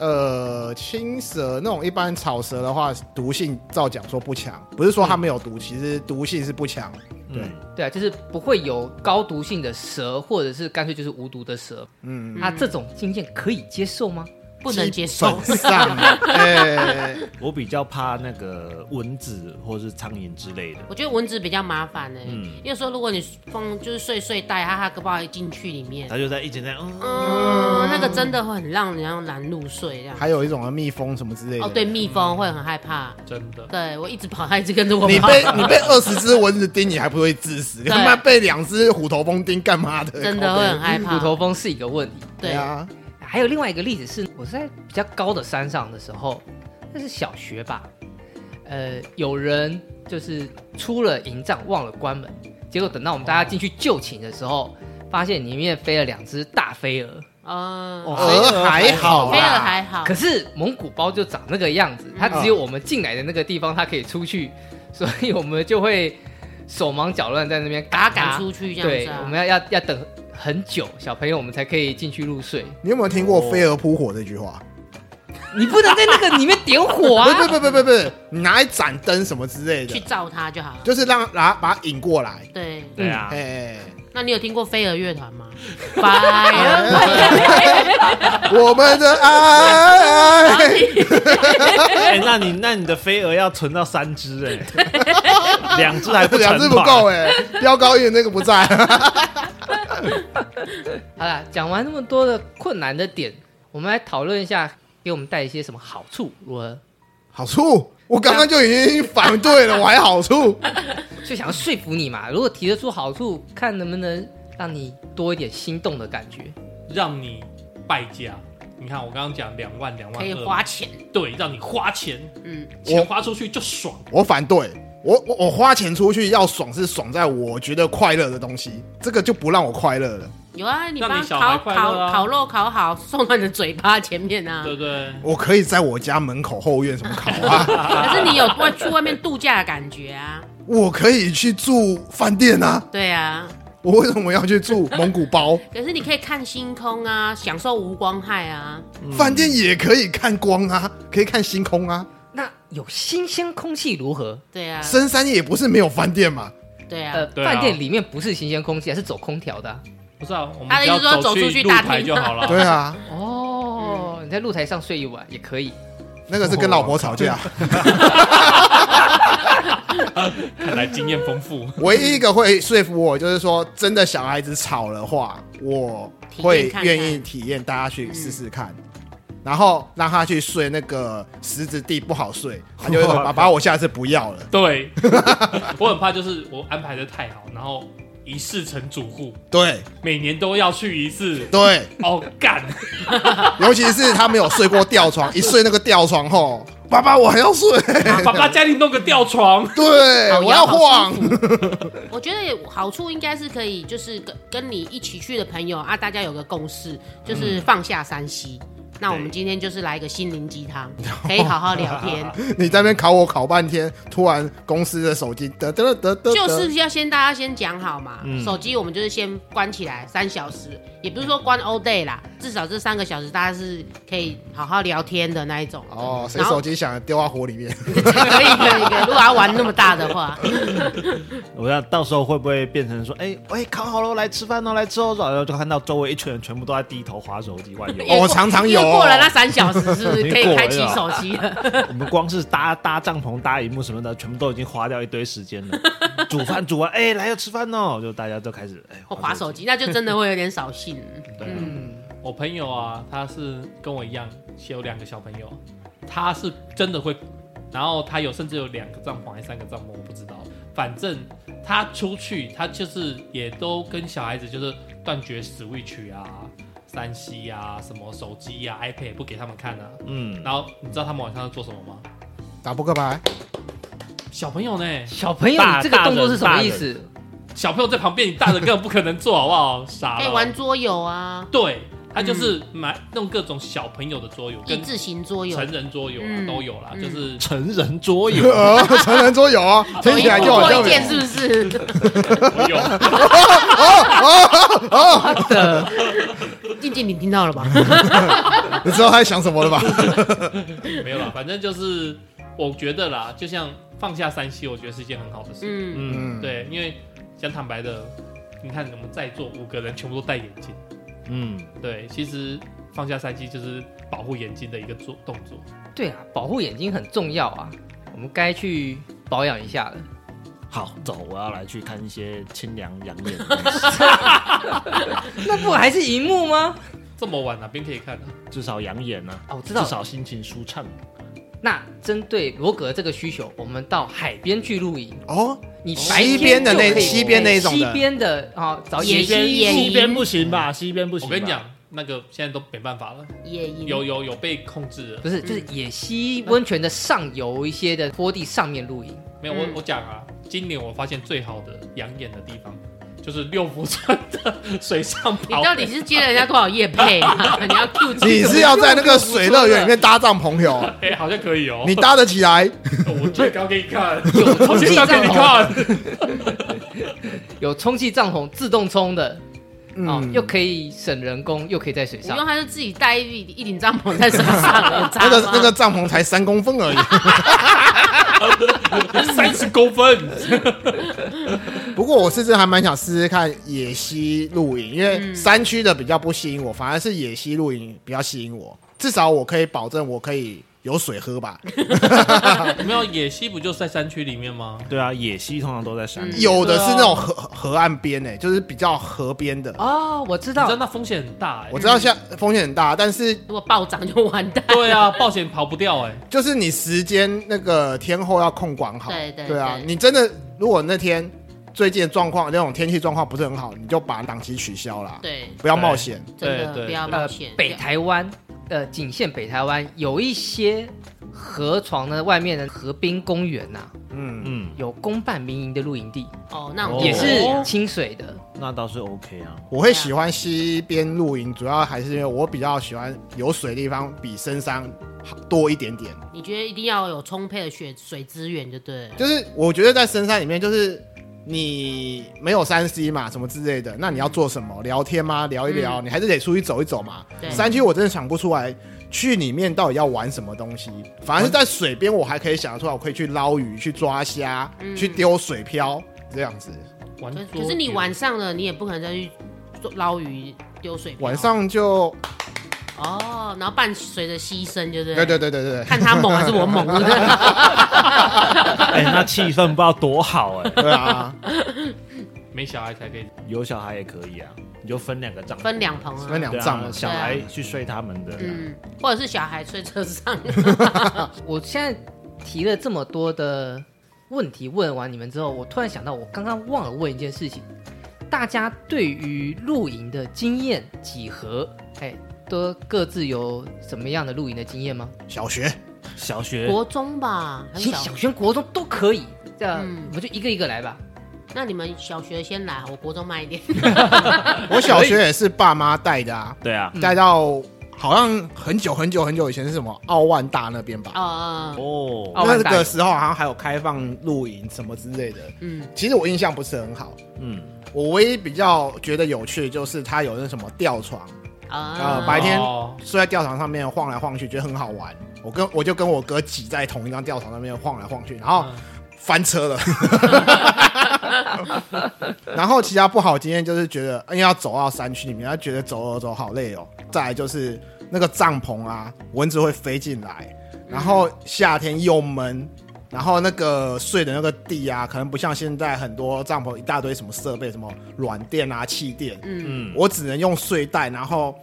Speaker 2: 呃，青蛇那种一般草蛇的话，毒性照讲说不强，不是说它没有毒，其实毒性是不强。对，
Speaker 5: 对啊，就是不会有高毒性的蛇，或者是干脆就是无毒的蛇。
Speaker 2: 嗯，
Speaker 5: 那、这种经验可以接受吗？
Speaker 3: 不能接受。
Speaker 2: 基本上，哎，
Speaker 1: 我比较怕那个蚊子或是苍蝇之类的。
Speaker 3: 我觉得蚊子比较麻烦呢、
Speaker 1: 嗯
Speaker 3: 因为说如果你放就是睡睡袋，它它搞不好进去里面，
Speaker 1: 他就在一直在嗯，
Speaker 3: 嗯，那个真的会很让人难入睡这样。
Speaker 2: 还有一种蜜蜂什么之类的。
Speaker 3: 哦，对，，蜜蜂会很害怕。
Speaker 6: 真的。
Speaker 3: 对我一直跑，它一直跟着我
Speaker 2: 你
Speaker 3: 跑，
Speaker 2: 被你被二十只蚊子叮，你还不会致死？你
Speaker 3: 对
Speaker 2: 他妈被两只虎头蜂叮，干嘛的？
Speaker 3: 真的会很害怕
Speaker 5: 虎。头蜂是一个问题。
Speaker 3: 对，
Speaker 2: 啊，
Speaker 5: 还有另外一个例子是，我在比较高的山上的时候，那是小学吧，呃，有人就是出了营帐忘了关门，结果等到我们大家进去就寝的时候，发现里面飞了两只大飞蛾。
Speaker 3: 嗯，
Speaker 2: 鹅还好啦，
Speaker 3: 飞蛾还好
Speaker 5: 可，是蒙古包就长那个样子，它只有我们进来的那个地方它可以出去，所以我们就会手忙脚乱在那边
Speaker 3: 把它
Speaker 5: 嘎
Speaker 3: 赶
Speaker 5: 嘎。
Speaker 3: 出去这
Speaker 5: 对，
Speaker 3: 样
Speaker 5: 我
Speaker 3: 子啊。
Speaker 5: 们要要要等很久，小朋友我们才可以进去入睡。
Speaker 2: 你有没有听过“飞蛾扑火”这句话？
Speaker 5: 你不能在那个里面点火 啊！
Speaker 2: 不不不不不不，你拿一盏灯什么之类
Speaker 3: 去
Speaker 2: 的，
Speaker 3: 照它就好了。
Speaker 2: 就是让拿把它引过来。
Speaker 3: 对，
Speaker 1: 对啊，
Speaker 5: 嗯
Speaker 2: 哎，
Speaker 3: 那你有听过飞蛾乐团吗？Fire，
Speaker 2: 我们的爱，
Speaker 1: 哎，那你那你的飞蛾要存到三只 哎，两只还不
Speaker 2: 两只
Speaker 1: 成
Speaker 2: 不
Speaker 1: 吧
Speaker 2: 够哎，飙高一点那个不在。
Speaker 5: 好啦，讲完那么多的困难的点，我们来讨论一下，给我们带一些什么好处如何？
Speaker 2: 好处，我刚刚就已经反对了，我还好 处。
Speaker 5: 就想要说服你嘛，如果提得出好处，看能不能让你多一点心动的感觉。
Speaker 6: 让你败家。你看我刚刚讲两万两万
Speaker 3: 可以
Speaker 6: 二
Speaker 3: 花钱。
Speaker 6: 对，让你花钱，
Speaker 3: 嗯，
Speaker 6: 钱花出去就爽。
Speaker 2: 我反对，我我我花钱出去要爽是爽在我觉得快乐的东西，这个就不让我快乐了。
Speaker 3: 有啊，你
Speaker 6: 让
Speaker 3: 帮
Speaker 6: 你小孩
Speaker 3: 烤
Speaker 6: 快乐
Speaker 3: 烤
Speaker 6: 啊
Speaker 3: 烤肉烤好，送到你的嘴巴前面啊
Speaker 6: 对。不对？
Speaker 2: 我可以在我家门口后院什么烤啊，
Speaker 3: 可是你有外去外面度假的感觉啊？
Speaker 2: 我可以去住饭店啊，
Speaker 3: 对啊，
Speaker 2: 我为什么要去住蒙古包？
Speaker 3: 可是你可以看星空啊，享受无光害啊。
Speaker 1: 嗯
Speaker 2: 饭店也可以看光啊，可以看星空啊，
Speaker 5: 那有新鲜空气如何？
Speaker 3: 对啊，
Speaker 2: 深山也不是没有饭店嘛。
Speaker 3: 对
Speaker 5: 呃，
Speaker 3: 啊，
Speaker 6: 对啊
Speaker 5: 饭店里面不是新鲜空气，还是走空调的啊、
Speaker 6: 不是啊，我们
Speaker 3: 他的
Speaker 6: 只
Speaker 3: 意思
Speaker 6: 要
Speaker 3: 是说走出去
Speaker 6: 露
Speaker 3: 大
Speaker 6: 台
Speaker 3: 厅
Speaker 6: 就好了。
Speaker 2: 对啊，
Speaker 6: 嗯
Speaker 5: 哦，你在露台上睡一晚也可以。
Speaker 2: 那个是跟老婆吵架，
Speaker 6: 看来经验丰富。
Speaker 2: 唯一一个会说服我就是说，真的小孩子吵的话，我会愿意体验，大家去试试看。然后让他去睡那个石子地不好睡，他就会说：“爸爸，我下次不要了。
Speaker 6: 对，我很怕就是我安排的太好，然后一世成主顾，
Speaker 2: 对
Speaker 6: 每年都要去一次”。
Speaker 2: 对，
Speaker 6: 哦，干！
Speaker 2: 尤其是他没有睡过吊床，一睡那个吊床后，爸爸我还要睡，
Speaker 6: 爸爸家里弄个吊床，
Speaker 2: 对
Speaker 3: 好
Speaker 2: 我要
Speaker 3: 痒好
Speaker 2: 晃
Speaker 3: 舒。我觉得好处应该是可以，就是跟跟你一起去的朋友啊，大家有个共识，
Speaker 6: 嗯
Speaker 3: 就是放下山西。那我们今天就是来一个心灵鸡 汤，可以好好聊天，
Speaker 2: 你在那边考我考半天，突然公司的手机得得得得，嗯
Speaker 3: 就是要先大家先讲好嘛。手机我们就是先关起来三小时，也不是说关 all day 啦，至少这三个小时大家是可以好好聊天的那一种。
Speaker 2: 哦，谁
Speaker 3: 然后
Speaker 2: 手机响了丢到火里面？
Speaker 3: 可以可以可以，如果要玩那么大的 话，
Speaker 1: 我要到时候会不会变成说，哎喂，烤好了，来吃饭哦，来吃哦，然后就看到周围一群人全部都在低头划手机玩游戏。
Speaker 2: 哦我常常有
Speaker 3: 过了那三小时，是不是
Speaker 1: 已经
Speaker 3: 可以
Speaker 1: 过了
Speaker 3: 开启
Speaker 1: 是吧
Speaker 3: 手机
Speaker 2: 哦哎
Speaker 3: 了？
Speaker 1: 我们光是搭搭帐篷、搭荧幕什么的，全部都已经花掉一堆时间了。煮饭煮完，哎、来要吃饭哦，就大家都开始哎
Speaker 3: 我划手。机，那就真的会有点扫 兴。
Speaker 1: 对啊
Speaker 3: 嗯，
Speaker 6: 我朋友啊，他是跟我一样有两个小朋友，他是真的会，然后他有甚至有两个帐篷还是三个帐篷，我不知道。反正他出去，他就是也都跟小孩子就是断绝 Switch 啊、三 C 啊、什么手机啊、iPad 不给他们看啊。
Speaker 1: 嗯，
Speaker 6: 然后你知道他们晚上要做什么吗？
Speaker 2: 打扑克牌，
Speaker 6: 小朋友呢？
Speaker 5: 小朋友，
Speaker 1: 大
Speaker 5: 你这个动作是什么意思？
Speaker 6: 小朋友在旁边，你大人根本不可能做，好不好？傻
Speaker 3: 可以
Speaker 6: 了。
Speaker 3: 哎玩桌游啊，
Speaker 6: 对，他就是买弄各种小朋友的桌游，
Speaker 3: 益
Speaker 6: 跟
Speaker 3: 智型桌游，
Speaker 6: 成人桌游啊
Speaker 3: 嗯
Speaker 6: 都有啦，
Speaker 3: 嗯
Speaker 6: 就是
Speaker 1: 成人桌 游，
Speaker 2: 呃，成人桌游啊，听起来就好
Speaker 3: 做
Speaker 2: 像
Speaker 3: 一件是不是？
Speaker 6: 我有，
Speaker 3: 静静，你听到了吧？
Speaker 2: 你知道他在想什么了吧？
Speaker 6: 没有啦，反正就是我觉得啦，就像放下三西，我觉得是一件很好的事。
Speaker 3: 嗯，
Speaker 1: 嗯
Speaker 2: 嗯，
Speaker 6: 对，因为讲坦白的，你看我们在座五个人全部都戴眼镜，
Speaker 1: 嗯，
Speaker 6: 对，其实放下三西就是保护眼睛的一个做动作。
Speaker 5: 对啊，保护眼睛很重要啊，我们该去保养一下了。
Speaker 1: 好，走，我要来去看一些清凉养眼的东西，
Speaker 5: 那不还是荧幕吗？
Speaker 6: 这么晚哪边可以看啊？
Speaker 1: 至少养眼呢、
Speaker 5: 哦，我知
Speaker 1: 至
Speaker 5: 道了。
Speaker 1: 少心情舒畅。
Speaker 5: 那针对罗格这个需求，我们到海边去露营。
Speaker 2: 哦，
Speaker 5: 你
Speaker 2: 西
Speaker 5: 白天
Speaker 2: 边的
Speaker 5: 就
Speaker 2: 那
Speaker 5: 可以
Speaker 2: 西边那一种的
Speaker 5: 西边的哦，找
Speaker 3: 野
Speaker 5: 野
Speaker 3: 西
Speaker 5: 溪
Speaker 3: 野
Speaker 5: 露
Speaker 1: 西
Speaker 5: 营
Speaker 1: 边不行吧？西边不行。
Speaker 6: 我跟你，讲，那个现在都没办法了，
Speaker 3: 野营
Speaker 6: 有有有被控制了。
Speaker 5: 不是，就是野溪温泉的上游一些的坡地上面 露营。
Speaker 6: 没有，我
Speaker 3: 嗯
Speaker 6: 我讲啊，今年我发现最好的养眼的地方就是六福村的水上
Speaker 3: 你
Speaker 6: 跑。
Speaker 3: 到底是接了人家多少夜配 啊？你要 Q
Speaker 2: 你是要在那个水乐园里面搭帐篷游，
Speaker 6: 哎、好像可以哦、
Speaker 2: 你搭得起来？
Speaker 6: 我最高给你看，
Speaker 5: 有充
Speaker 6: 我
Speaker 5: 气
Speaker 6: 最
Speaker 5: 帐
Speaker 6: 高给你
Speaker 5: 篷，
Speaker 6: 看。
Speaker 5: 有充气帐篷自动充的啊，
Speaker 2: 嗯，
Speaker 5: 又可以省人工，又可以在水
Speaker 3: 不
Speaker 5: 上
Speaker 3: 用，。他就自己带一一顶帐篷在身上， 有差
Speaker 2: 那个
Speaker 3: 吗
Speaker 2: 那个帐篷才三公分而已。
Speaker 6: 三十公分，
Speaker 2: 不过我是真的还蛮想试试看野溪露营，因为
Speaker 3: 嗯
Speaker 2: 山区的比较不吸引我，反而是野溪露营比较吸引我。至少我可以保证我可以有水喝吧。
Speaker 6: 没有野溪不就在山区里面吗？
Speaker 1: 对啊，野溪通常都在山里。
Speaker 3: 嗯
Speaker 2: 有的是那种河河岸边诶、就是比较河边的。
Speaker 5: 哦，我知
Speaker 6: 你知道
Speaker 5: 道，
Speaker 6: 那风险很大哎、
Speaker 2: 我知道像风险很大，但是
Speaker 3: 如果暴涨就完蛋。
Speaker 6: 对啊， 保险跑不掉哎、
Speaker 2: 就是你时间那个天后要控管好。
Speaker 3: 对对
Speaker 2: 啊，
Speaker 3: 对
Speaker 2: 你真的如果那天最近的状况那种天气状况不是很好，你就把档期取消啦，
Speaker 3: 对，
Speaker 2: 不要冒险。
Speaker 3: 真
Speaker 6: 对对
Speaker 3: 的不要冒
Speaker 5: 呃
Speaker 3: 险。，
Speaker 5: 北台湾，呃，仅限北台湾有一些河床的外面的河滨公园呐，
Speaker 2: 嗯，
Speaker 1: 嗯，
Speaker 5: 有公办民营的露营地，
Speaker 3: 哦，那
Speaker 1: 哦
Speaker 3: 我
Speaker 5: 也是清水的。
Speaker 1: 那倒是 OK 啊。
Speaker 2: 我会喜欢西边露营，主要还是因为我比较喜欢有水的地方比深山好多一点点。
Speaker 3: 你觉得一定要有充沛的水水资源，就对了。
Speaker 2: 就是我觉得在深山里面，就是你没有三 C 嘛，什么之类的，那你要做什么？聊天吗？聊一聊，你还是得出去走一走嘛。
Speaker 3: 对
Speaker 2: 山区我真的想不出来，去里面到底要玩什么东西。反而是在水边，我还可以想得出来，我可以去捞鱼、去抓虾、
Speaker 3: 嗯
Speaker 2: 去丢水漂这样子。
Speaker 6: 玩
Speaker 3: 可
Speaker 6: 桌
Speaker 3: 可是你
Speaker 6: 游
Speaker 3: 晚上了，你也不可能再去做捞鱼、丢水漂。
Speaker 2: 晚上就
Speaker 3: 哦，然后伴随着牺牲，就对。
Speaker 2: 对对对对对
Speaker 3: 看他猛还是我 猛，是不是
Speaker 1: 哎、那气氛不知道多好哎、
Speaker 2: 对对啊！
Speaker 6: 没小孩才可以，
Speaker 1: 有小孩也可以啊，你就分两个帐篷，
Speaker 3: 分两棚啊。
Speaker 2: 分两啊
Speaker 1: 对啊
Speaker 2: 帐嘛
Speaker 1: 小孩去睡他们的。
Speaker 3: 嗯，或者是小孩睡车上。
Speaker 5: 我现在提了这么多的问题，问完你们之后，我突然想到，我刚刚忘了问一件事情，大家对于露营的经验几何？哎，都各自有什么样的露营的经验吗？
Speaker 2: 小学
Speaker 1: 小学
Speaker 3: 国中吧，很
Speaker 5: 其实
Speaker 3: 小
Speaker 5: 小。学、国中都可以，这样
Speaker 3: 嗯
Speaker 5: 我们就一个一个来吧。
Speaker 3: 那你们小学先来，我国中慢一点。
Speaker 2: 我小学也是爸妈带的啊，
Speaker 1: 对啊，
Speaker 2: 带到好像很久很久很久以前是什么奥万大那边吧？
Speaker 3: 哦，
Speaker 1: 哦，
Speaker 5: 奥
Speaker 2: 那
Speaker 5: 万大
Speaker 2: 个
Speaker 5: 有
Speaker 2: 时候好像还有开放露营什么之类的。
Speaker 3: 嗯，
Speaker 2: 其实我印象不是很好，
Speaker 1: 嗯，
Speaker 2: 我唯一比较觉得有趣的就是它有那什么吊床，
Speaker 3: 啊
Speaker 2: 呃，白天
Speaker 6: 哦
Speaker 2: 睡在吊床上面晃来晃去，觉得很好玩。我跟我就跟我哥挤在同一张吊床上面晃来晃去，然后
Speaker 6: 嗯
Speaker 2: 翻车了。然后哎其他不好经验就是觉得，因为要走到山区里面，他觉得走走走好累哦。再来就是那个帐篷啊，蚊子会飞进来，然后夏天又闷，然后那个睡的那个地啊，可能不像现在很多帐篷一大堆什么设备，什么软垫啊、气垫，
Speaker 3: 嗯，
Speaker 1: 嗯，
Speaker 2: 我只能用睡袋，然后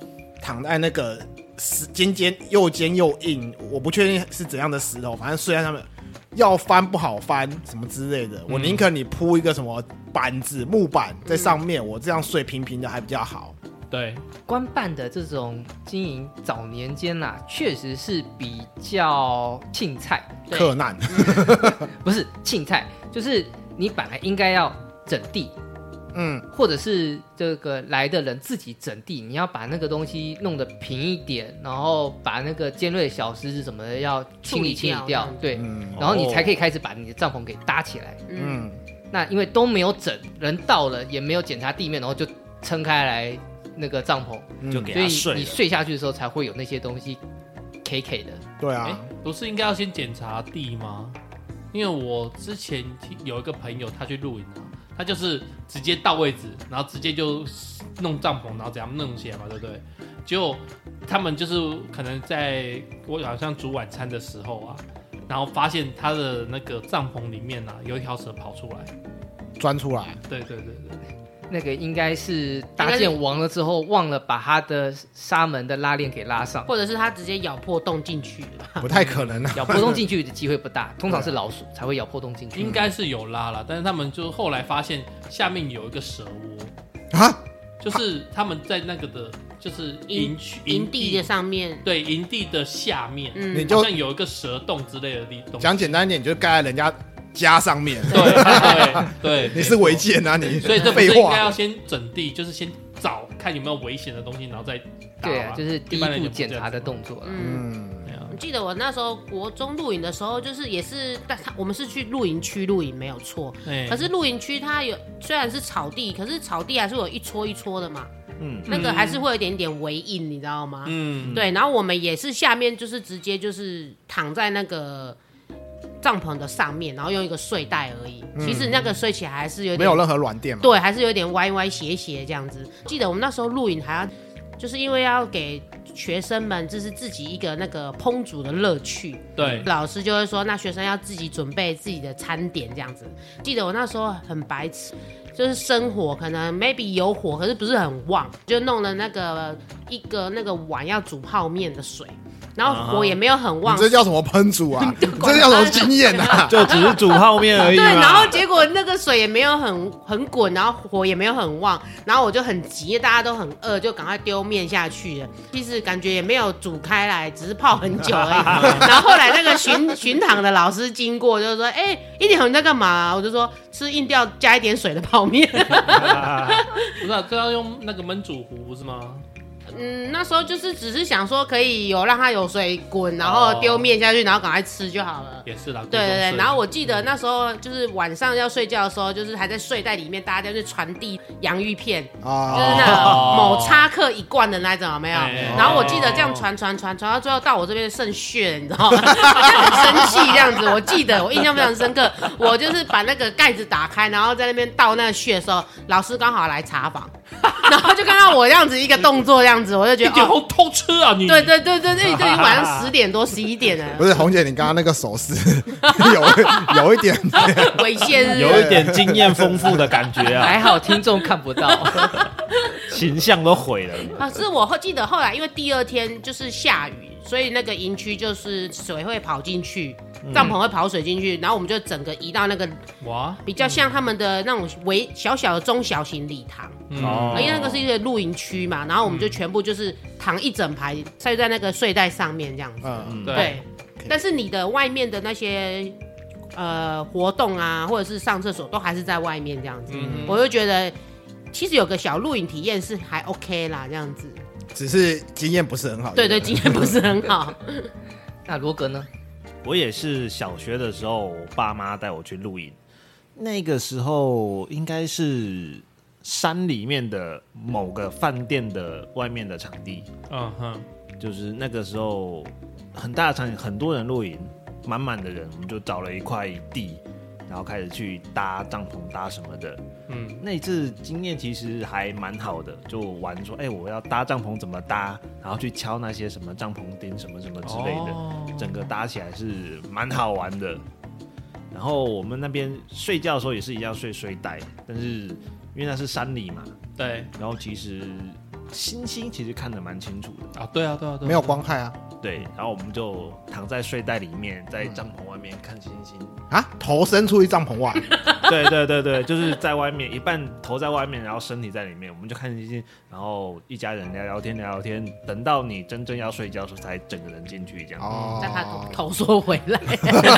Speaker 2: 躺在那个石尖尖又尖又硬，我不确定是怎样的石头，反正睡在上面要翻不好翻什么之类的。我
Speaker 6: 嗯
Speaker 2: 宁可你铺一个什么板子、木板在上面，我这样睡平平的还比较好。
Speaker 6: 对，
Speaker 5: 官办的这种经营早年间呐、确实是比较庆菜，
Speaker 3: 对
Speaker 2: 克难，
Speaker 5: 不是庆菜，就是你本来应该要整地，
Speaker 2: 嗯，
Speaker 5: 或者是这个来的人自己整地，你要把那个东西弄得平一点，然后把那个尖锐的小石子什么的要
Speaker 3: 处
Speaker 5: 清理
Speaker 3: 理
Speaker 5: 清
Speaker 3: 掉
Speaker 5: 理掉，对，
Speaker 2: 嗯
Speaker 5: 然后你才可以开始把你的帐篷给搭起来。
Speaker 3: 嗯，
Speaker 2: 嗯，
Speaker 5: 那因为都没有整，人到了也没有检查地面，然后就撑开来那个帐篷，
Speaker 2: 嗯
Speaker 1: 就给他
Speaker 5: 所以
Speaker 1: 睡
Speaker 5: 你
Speaker 1: 了。
Speaker 5: 睡下去的时候才会有那些东西 K K 的。
Speaker 2: 对
Speaker 6: 哎、
Speaker 2: 啊，
Speaker 6: 不是应该要先检查地吗？因为我之前听有一个朋友，他去露营啊，他就是直接到位置，然后直接就弄帐篷，然后怎样弄起来嘛，对不对？结果他们就是可能在我好像煮晚餐的时候啊，然后发现他的那个帐篷里面啊有一条蛇跑出来。
Speaker 2: 钻出来，
Speaker 6: 对对对对，
Speaker 2: 嗯
Speaker 5: 那个应该是
Speaker 3: 应
Speaker 5: 搭
Speaker 3: 该是
Speaker 5: 建完了之后忘了把它的纱门的拉链给拉上，
Speaker 3: 或者是他直接咬破洞进去的吧。
Speaker 2: 不太可能 啊。
Speaker 5: 咬破洞进去的机会不大，通常是老鼠才会咬破洞进去。
Speaker 6: 应该是有拉了，但是他们就后来发现下面有一个蛇窝，
Speaker 2: 啊，
Speaker 6: 就是他们在那个的，就是营区
Speaker 3: 营地的上面，
Speaker 6: 对，营地的下面，
Speaker 3: 嗯
Speaker 2: 你
Speaker 6: 好
Speaker 2: 就
Speaker 6: 像有一个蛇洞之类的地洞。
Speaker 2: 讲简单一点，你就盖在人家家上面，
Speaker 6: 对对对，
Speaker 2: 你是违建啊，你
Speaker 6: 没错， 所以这不
Speaker 2: 废
Speaker 6: 是应该
Speaker 2: 话，
Speaker 6: 要先整地，就是先找看有没有危险的东西，然后再打
Speaker 5: 对
Speaker 6: 嘛
Speaker 5: 啊，就是第一
Speaker 6: 般人
Speaker 5: 步
Speaker 6: 就不这
Speaker 5: 检
Speaker 6: 样
Speaker 5: 查的
Speaker 6: 子
Speaker 5: 动作了。
Speaker 3: 嗯。
Speaker 2: 嗯，
Speaker 6: 对啊
Speaker 3: 我记得我那时候国中露营的时候，就是也是，但他我们是去露营区露营没有错。
Speaker 6: 哎
Speaker 3: 可是露营区它有虽然是草地，可是草地还是有一撮一撮的嘛，
Speaker 1: 嗯，
Speaker 3: 那个还是会有一点点围印，你知道吗？
Speaker 6: 嗯，
Speaker 3: 对，然后我们也是下面就是直接就是躺在那个帐篷的上面，然后用一个睡袋而已。其实那个睡起来还是有点
Speaker 2: 没有任何软垫嘛，
Speaker 3: 对，还是有点歪歪斜斜这样子。记得我们那时候露营还要，就是因为要给学生们，就是自己一个那个烹煮的乐趣。
Speaker 6: 对，
Speaker 3: 老师就会说，那学生要自己准备自己的餐点这样子。记得我那时候很白痴，就是生火，可能 maybe 有火，可是不是很旺，就弄了那个一个那个碗要煮泡面的水，然后火也没有很旺
Speaker 2: 你，这叫什么烹 煮啊？你这叫什么经验啊？
Speaker 1: 就只是煮泡面而已
Speaker 3: 对，
Speaker 1: 嘛。
Speaker 3: 然后结果那个水也没有很很滚，然后火也没有很旺，然后我就很急，大家都很饿，就赶快丢面下去了。其实感觉也没有煮开来，只是泡很久而已。然后后来那个巡巡堂的老师经过，就说：“哎、一点你在干嘛？”我就说：“吃硬掉加一点水的泡面。
Speaker 6: 不是啊这要用那个焖煮壶不是吗？”
Speaker 3: 嗯，那时候就是只是想说可以有让它有水滚，然后丢面下去，然后赶快吃就好了。
Speaker 6: 也是啦，
Speaker 3: 对对对，然后
Speaker 6: 我
Speaker 3: 我记得那时候就是晚上要睡觉的时候，就是还在睡袋里面，大家就是传递洋芋片，
Speaker 2: 啊，
Speaker 3: 就是那种某叉克一罐的那种，有没有
Speaker 6: 哎？
Speaker 3: 然后我记得这样传传传传到最后到我这边剩血了，你知道吗？ 很生气这样子，我记得我印象非常深刻。我就是把那个盖子打开，然后在那边倒那个血的时候，老师刚好来查房， 然后就看到我这样子一个动作，这样子我就觉
Speaker 6: 你
Speaker 3: 得
Speaker 6: 酒
Speaker 3: 哦，
Speaker 6: 后偷吃啊你？
Speaker 3: 对对对对对，这已经晚上十点多十一点了，
Speaker 2: 不是红姐，你刚刚那个手势 有有一点，
Speaker 3: 猥亵是不是
Speaker 1: 有一点经验丰富的感觉
Speaker 6: 嗯
Speaker 1: 啊，
Speaker 5: 嗯还好听众看不到，
Speaker 1: 形象都毁了。
Speaker 3: 可啊是我后记得后来，因为第二天就是下雨，所以那个营区就是水会跑进去，
Speaker 6: 嗯
Speaker 3: 帐篷会跑水进去，然后我们就整个移到那个
Speaker 6: 哇，
Speaker 3: 比较像他们的那种围小小的中小型礼堂，
Speaker 6: 嗯
Speaker 1: 哦
Speaker 3: 因为那个是一个露营区嘛，然后我们就全部就是躺一整排，晒在那个睡袋上面这样子。
Speaker 2: 嗯，
Speaker 6: 对，
Speaker 3: 对，但是你的外面的那些呃活动啊，或者是上厕所都还是在外面这样子，
Speaker 6: 嗯
Speaker 3: 我就觉得其实有个小露营体验是还 OK 啦，这样子。
Speaker 2: 只是经验不是很好。
Speaker 3: 对对，经验不是很 好。
Speaker 5: 那罗格呢？
Speaker 1: 我也是小学的时候，我爸妈带我去露营，那个时候应该是山里面的某个饭店的外面的场地，
Speaker 6: 嗯哼，
Speaker 1: 就是那个时候很大的场景，很多人露营，满满的人，我们就找了一块地，然后开始去搭帐篷搭什么的。
Speaker 6: 嗯，
Speaker 1: 那一次经验其实还蛮好的，就玩说，哎、我要搭帐篷怎么搭，然后去敲那些什么帐篷钉什么什么之类的，
Speaker 6: 哦
Speaker 1: 整个搭起来是蛮好玩的。然后我们那边睡觉的时候也是一样睡睡袋，但是因为那是山里嘛，
Speaker 6: 对
Speaker 1: 然后其实星星其实看得蛮清楚的，
Speaker 6: 啊，对啊，对啊，对啊
Speaker 2: 没有光害啊
Speaker 1: 对。然后我们就躺在睡袋里面，在帐篷外面看星星。
Speaker 2: 啊！头伸出去帐篷外，
Speaker 3: 嗯
Speaker 1: 对对对对，就是在外面，一半头在外面，然后身体在里面，我们就看星星，然后一家人聊聊天聊聊天，等到你真正要睡觉的时候，才整个人进去这样。
Speaker 2: 哦，
Speaker 3: 让嗯他头缩回来。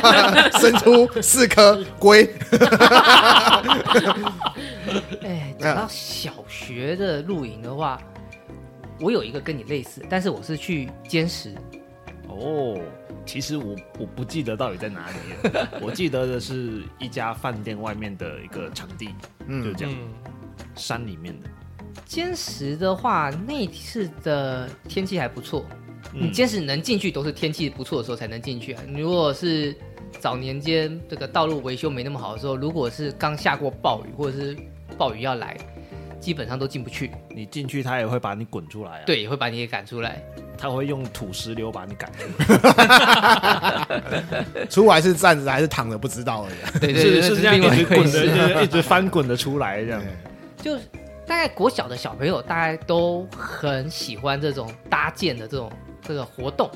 Speaker 2: 伸出四颗 龟，
Speaker 5: 哎，讲到小学的露营的话，我有一个跟你类似，但是我是去坚石，
Speaker 1: 哦，其实我我不记得到底在哪里了，我记得的是一家饭店外面的一个场地，就
Speaker 2: 嗯，
Speaker 1: 这样，
Speaker 6: 嗯
Speaker 1: 山里面的。
Speaker 5: 坚石的话，那次的天气还不错。
Speaker 1: 嗯
Speaker 5: 你坚持能进去都是天气不错的时候才能进去啊。你如果是早年间这个道路维修没那么好的时候，如果是刚下过暴雨或者是暴雨要来，基本上都进 不去，
Speaker 1: 你进去，他也会把你滚出来啊。，
Speaker 5: 对，也会把你给赶出来。
Speaker 1: 他会用土石流把你赶出来。
Speaker 2: 出来是站着还是躺着不知道而已啊。
Speaker 5: 对 对
Speaker 1: 是
Speaker 5: 对，
Speaker 1: 是
Speaker 5: 是
Speaker 1: 这样
Speaker 5: 另
Speaker 1: 一
Speaker 5: 外
Speaker 1: 直
Speaker 5: 一
Speaker 1: 滚
Speaker 5: 回
Speaker 1: 的，
Speaker 5: 事。
Speaker 1: 就是一直翻滚的出来这样。
Speaker 5: 就是大概国小的小朋友，大概都很喜欢这种搭建的这种这个活动。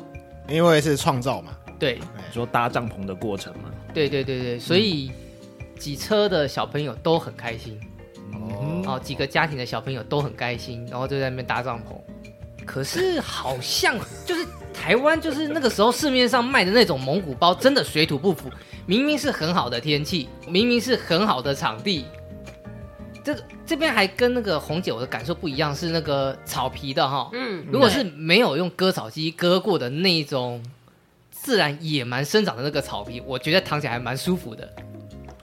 Speaker 2: 对 因为是创造嘛，
Speaker 3: 哦
Speaker 5: 对
Speaker 1: 你说搭帐篷的过程嘛，
Speaker 5: 对对对对，所
Speaker 1: 嗯
Speaker 5: 以几车的小朋友都很开心。
Speaker 1: 哦，
Speaker 5: 哦，几个家庭的小朋友都很开心，然后就在那边搭帐篷。可是好像就是台湾，就是那个时候市面上卖的那种蒙古包，真的水土不服。明明是很好的天气，明明是很好的场地，这个这边还跟那个红姐我的感受不一样，是那个草皮的哈。
Speaker 3: 嗯，
Speaker 5: 如果是没有用割草机割过的那一种自然野蛮生长的那个草皮，我觉得躺起来还蛮舒服的。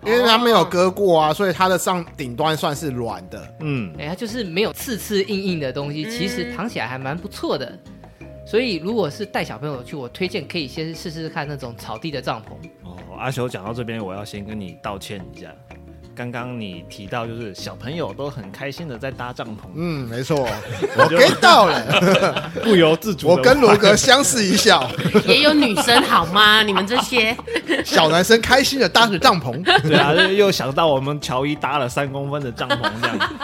Speaker 2: 因为它没有割过啊，所以它的上顶端算是软的。
Speaker 1: 嗯，
Speaker 5: 哎，它就是没有刺刺硬硬的东西，其实躺起来还蛮不错的。所以如果是带小朋友去，我推荐可以先试试看那种草地的帐篷。
Speaker 1: 哦，阿修讲到这边，我要先跟你道歉一下。刚刚你提到就是小朋友都很开心的在搭帐篷，
Speaker 2: 嗯，没错，
Speaker 1: 我
Speaker 2: 我
Speaker 1: 就
Speaker 2: get 到了，
Speaker 1: 不由自主地
Speaker 2: 我跟罗格相视一笑，
Speaker 3: 也有女生好吗？你们这 些
Speaker 2: 小男生开心的搭着帐篷。
Speaker 1: 对啊，又又想到我们乔伊搭了三公分的帐篷这 样，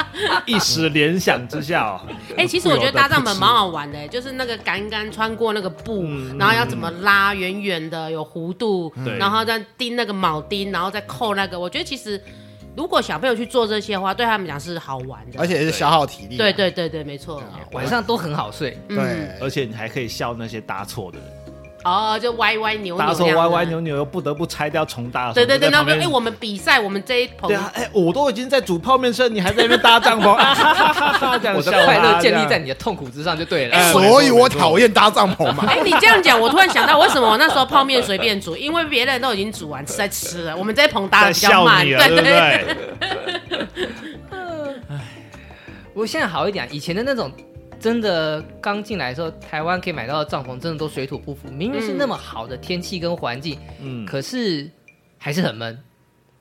Speaker 1: 一时联想之下哦，
Speaker 3: 哎、其实我觉得搭帐篷蛮好玩的、就是那个杆杆穿过那个布，然后要怎么拉，圆圆的有弧度，
Speaker 1: 嗯对
Speaker 3: 然后再钉那个铆钉，然后再扣那个。我觉得其实如果小朋友去做这些的话，对他们讲是好玩的，
Speaker 2: 而且是消耗体力、啊
Speaker 3: 对，对对对，没错。
Speaker 5: 晚上都很好睡，
Speaker 3: 嗯，
Speaker 2: 对，
Speaker 1: 而且你还可以笑那些搭错的人，
Speaker 3: 哦，就歪歪扭扭，
Speaker 1: 搭错歪歪扭。扭又不得不拆掉重搭的时
Speaker 3: 啊对
Speaker 1: 候，
Speaker 3: 对对，
Speaker 1: 就在
Speaker 3: 然
Speaker 1: 旁
Speaker 3: 后哎、
Speaker 1: 边
Speaker 3: 我们比赛，我们这一
Speaker 5: 哦
Speaker 3: 棚
Speaker 1: 对啊，哎、我都已经在煮泡面吃了，你还在那边搭帐篷， 啊哈哈哈哈，这样
Speaker 5: 我的
Speaker 1: 笑
Speaker 5: 快
Speaker 1: 他
Speaker 5: 乐建
Speaker 1: 这
Speaker 5: 立
Speaker 1: 样
Speaker 5: 在你的痛苦之上就对了。
Speaker 1: 哎
Speaker 2: 所以我讨厌搭帐篷嘛。
Speaker 3: 哎、你这样讲，我突然想到，为什么我那时候泡面随便煮？因为别人都已经煮完，在吃了，我们这一棚搭的
Speaker 1: 在
Speaker 3: 比较慢，
Speaker 1: 笑你了，啊对不对？
Speaker 5: 我现在好一点，以前的那种真的刚进来的时候，台湾可以买到的帐篷真的都水土不服，明明是那么好的天气跟环境，
Speaker 1: 嗯，
Speaker 5: 可是还是很闷。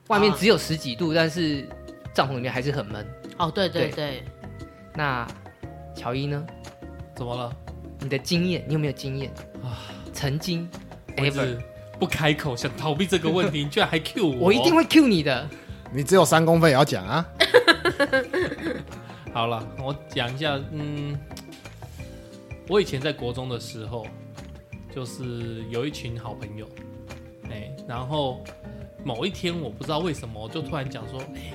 Speaker 5: 外面
Speaker 3: 啊
Speaker 5: 只有十几度，但是帐篷里面还是很闷。
Speaker 3: 哦，对对
Speaker 5: 对
Speaker 3: 对，
Speaker 5: 那乔伊呢？
Speaker 6: 怎么了？
Speaker 5: 你的经验，你有没有经验曾经
Speaker 6: 啊我一直
Speaker 5: ，ever，
Speaker 6: 不开口，想逃避这个问题，你居然还 Q 我！
Speaker 5: 我一定。会 Q 你的。
Speaker 2: 你只有三公分也要讲啊，
Speaker 6: 好了，我讲一下，嗯，我以前在国中的时候，就是有一群好朋友，哎、然后某一天我不知道为什么，我就突然讲说，哎、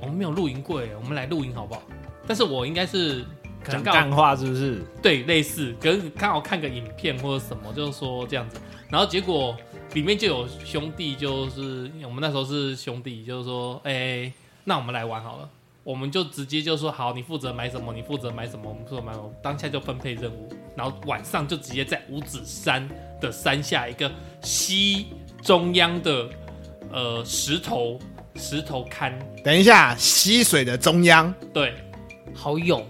Speaker 6: 我们没有露营过，哎，我们来露营好不好？但是我应该是可
Speaker 1: 讲
Speaker 6: 能刚
Speaker 1: 干
Speaker 6: 好
Speaker 1: 话是不是？
Speaker 6: 对类似，可能刚好看个影片或者什么，就是说这样子，然后结果里面就有兄弟，就是我们那时候是兄弟，就是说，哎、那我们来玩好了。我们就直接就说好，你负责买什么，你负责买什么，我们负责买什么，当下就分配任务，然后晚上就直接在五指山的山下一个西中央的呃石头石头龛，
Speaker 2: 等一下，溪水的中央，
Speaker 6: 对
Speaker 5: 好勇，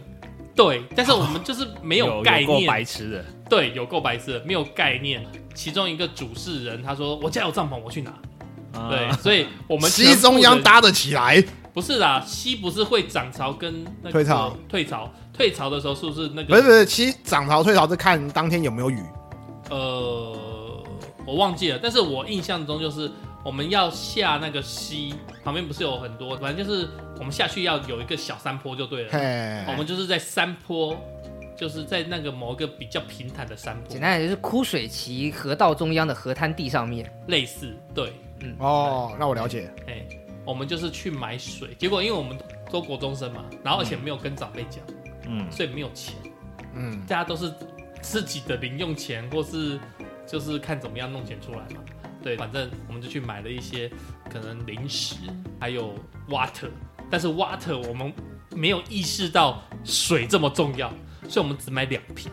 Speaker 6: 对，但是我们就是没有概
Speaker 1: 够
Speaker 6: 念，
Speaker 1: 白痴的，
Speaker 6: 对，有够白痴的，没有概念。其中一个主事人他说：“我家有帐篷，我去拿。”对，所以我们
Speaker 2: 啊西中央
Speaker 6: 打。
Speaker 2: 搭得起来，
Speaker 6: 不是啦，西不是会涨潮跟那个
Speaker 2: 退潮，
Speaker 6: 退潮，退潮的时候是不是那个？
Speaker 2: 不是不是，其实涨潮退潮是看当天有没有雨。
Speaker 6: 呃，我忘记了，但是我印象中就是我们要下那个溪，旁边不是有很多，反正就是我们下去要有一个小山坡就对了。
Speaker 2: 嘿
Speaker 6: 我，们就是在山坡，就是在那个某一个比较平坦的山坡
Speaker 5: 简，单来就是枯水期河道中央的河滩地上面，
Speaker 6: 类似对，
Speaker 2: 哦，那我了解。
Speaker 6: 哎、我们就是去买水，结果因为我们都国中生嘛，然后而且没有跟长辈讲，
Speaker 1: 嗯，
Speaker 6: 所以没有钱。
Speaker 2: 嗯，
Speaker 6: 大家都是自己的零用钱，或是就是看怎么样弄钱出来嘛。对，反正我们就去买了一些可能零食，还有 water，但是 water 我们没有意识到水这么重要，所以我们只买两瓶。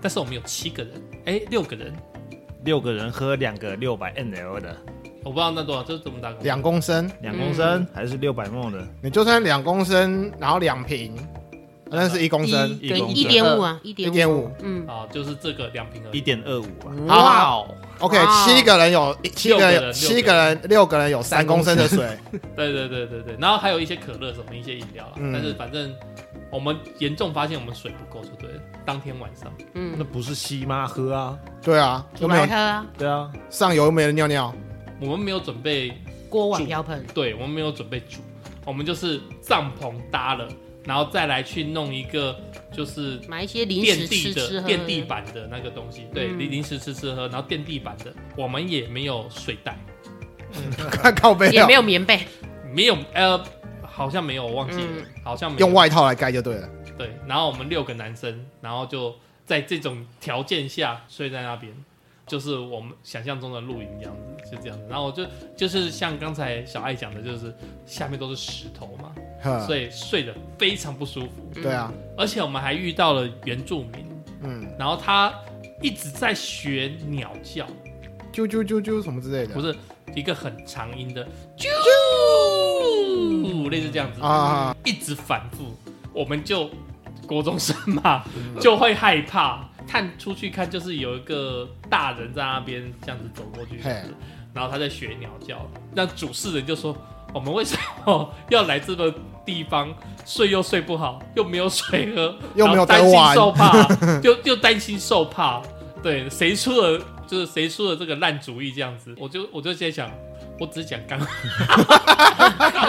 Speaker 6: 但是我们有七个人，哎，六个人，
Speaker 1: 六个人喝两个六百 ml 的，
Speaker 6: 我不知道那多少，就是怎么打工。
Speaker 2: 两公升，
Speaker 1: 两公升
Speaker 5: 嗯
Speaker 1: 还是六百 ml 的？
Speaker 2: 你就算两公升，然后两瓶，那是一公升，
Speaker 1: 一
Speaker 5: 跟
Speaker 1: 公
Speaker 3: 一
Speaker 1: 升
Speaker 5: 点
Speaker 3: 点
Speaker 5: 五
Speaker 3: 五啊，一
Speaker 2: 一
Speaker 3: 点
Speaker 2: 点五。
Speaker 3: 嗯，
Speaker 6: 啊，就是这个两瓶而
Speaker 1: 一
Speaker 6: 已。
Speaker 1: 点二五啊
Speaker 5: 嗯
Speaker 1: 吧。
Speaker 2: 哇
Speaker 6: 哦，
Speaker 2: OK，
Speaker 3: 哇
Speaker 2: 七个人有七个人有七
Speaker 6: 六
Speaker 2: 个
Speaker 6: 个
Speaker 2: 人六个人有三公升的水，
Speaker 6: 对对对对对，然后还有一些可乐什么一些饮料啦，啊
Speaker 2: 嗯
Speaker 6: 但是反正我们严重发现我们水不够，就对了。当天晚上，
Speaker 1: 那不是吸妈喝啊？
Speaker 2: 对啊，有
Speaker 3: 嗯煮
Speaker 2: 没有
Speaker 3: 来喝啊，
Speaker 1: 对啊，
Speaker 2: 上游又没人尿尿？
Speaker 6: 我们没有准备，
Speaker 3: 锅碗瓢盆，
Speaker 6: 对我们没有准备煮，我们就是帐篷搭了，然后再来去弄一个就是
Speaker 3: 买一些零
Speaker 6: 垫
Speaker 3: 食
Speaker 6: 地
Speaker 3: 吃吃
Speaker 6: 的
Speaker 3: 喝。
Speaker 6: 垫地板的那个东西，对，
Speaker 3: 嗯
Speaker 6: 零零食吃吃喝，然后垫地板的，我们也没有睡袋，
Speaker 2: 看靠背
Speaker 3: 也
Speaker 2: 啊
Speaker 3: 没，有棉被，
Speaker 6: 没有呃，好像没有，我忘记了，
Speaker 3: 嗯
Speaker 6: 好像没有
Speaker 2: 用外套来盖就对了。
Speaker 6: 对，然后我们六个男生，然后就在这种条件下睡在那边，就是我们想象中的露营样子，就这样子。然后我就就是像刚才小爱讲的，就是下面都是石头嘛，
Speaker 2: 呵
Speaker 6: 所，以睡得非常不舒服。
Speaker 2: 对啊，
Speaker 6: 而且我们还遇到了原住民，
Speaker 2: 嗯，
Speaker 6: 然后他一直在学鸟叫，
Speaker 2: 啾啾啾啾什么之类
Speaker 6: 不
Speaker 2: 的
Speaker 6: 是一个很长音的啾，类似这样子
Speaker 2: 啊，
Speaker 6: 一直反复，我们就国中生嘛，
Speaker 2: 嗯
Speaker 6: 就会害怕。看出去看，就是有一个大人在那边这样子走过去
Speaker 2: 嘿，
Speaker 6: 然后他在学鸟叫，那主事人就说：“我们为什么哦要来这个地方？睡又睡不好，又没有水喝，
Speaker 2: 又没有
Speaker 6: 然后
Speaker 2: 得
Speaker 6: 担心
Speaker 2: 玩
Speaker 6: 受怕，又又担心受怕。对，谁出了就是谁出了这个烂主意这样子，我就我就在想，我只讲刚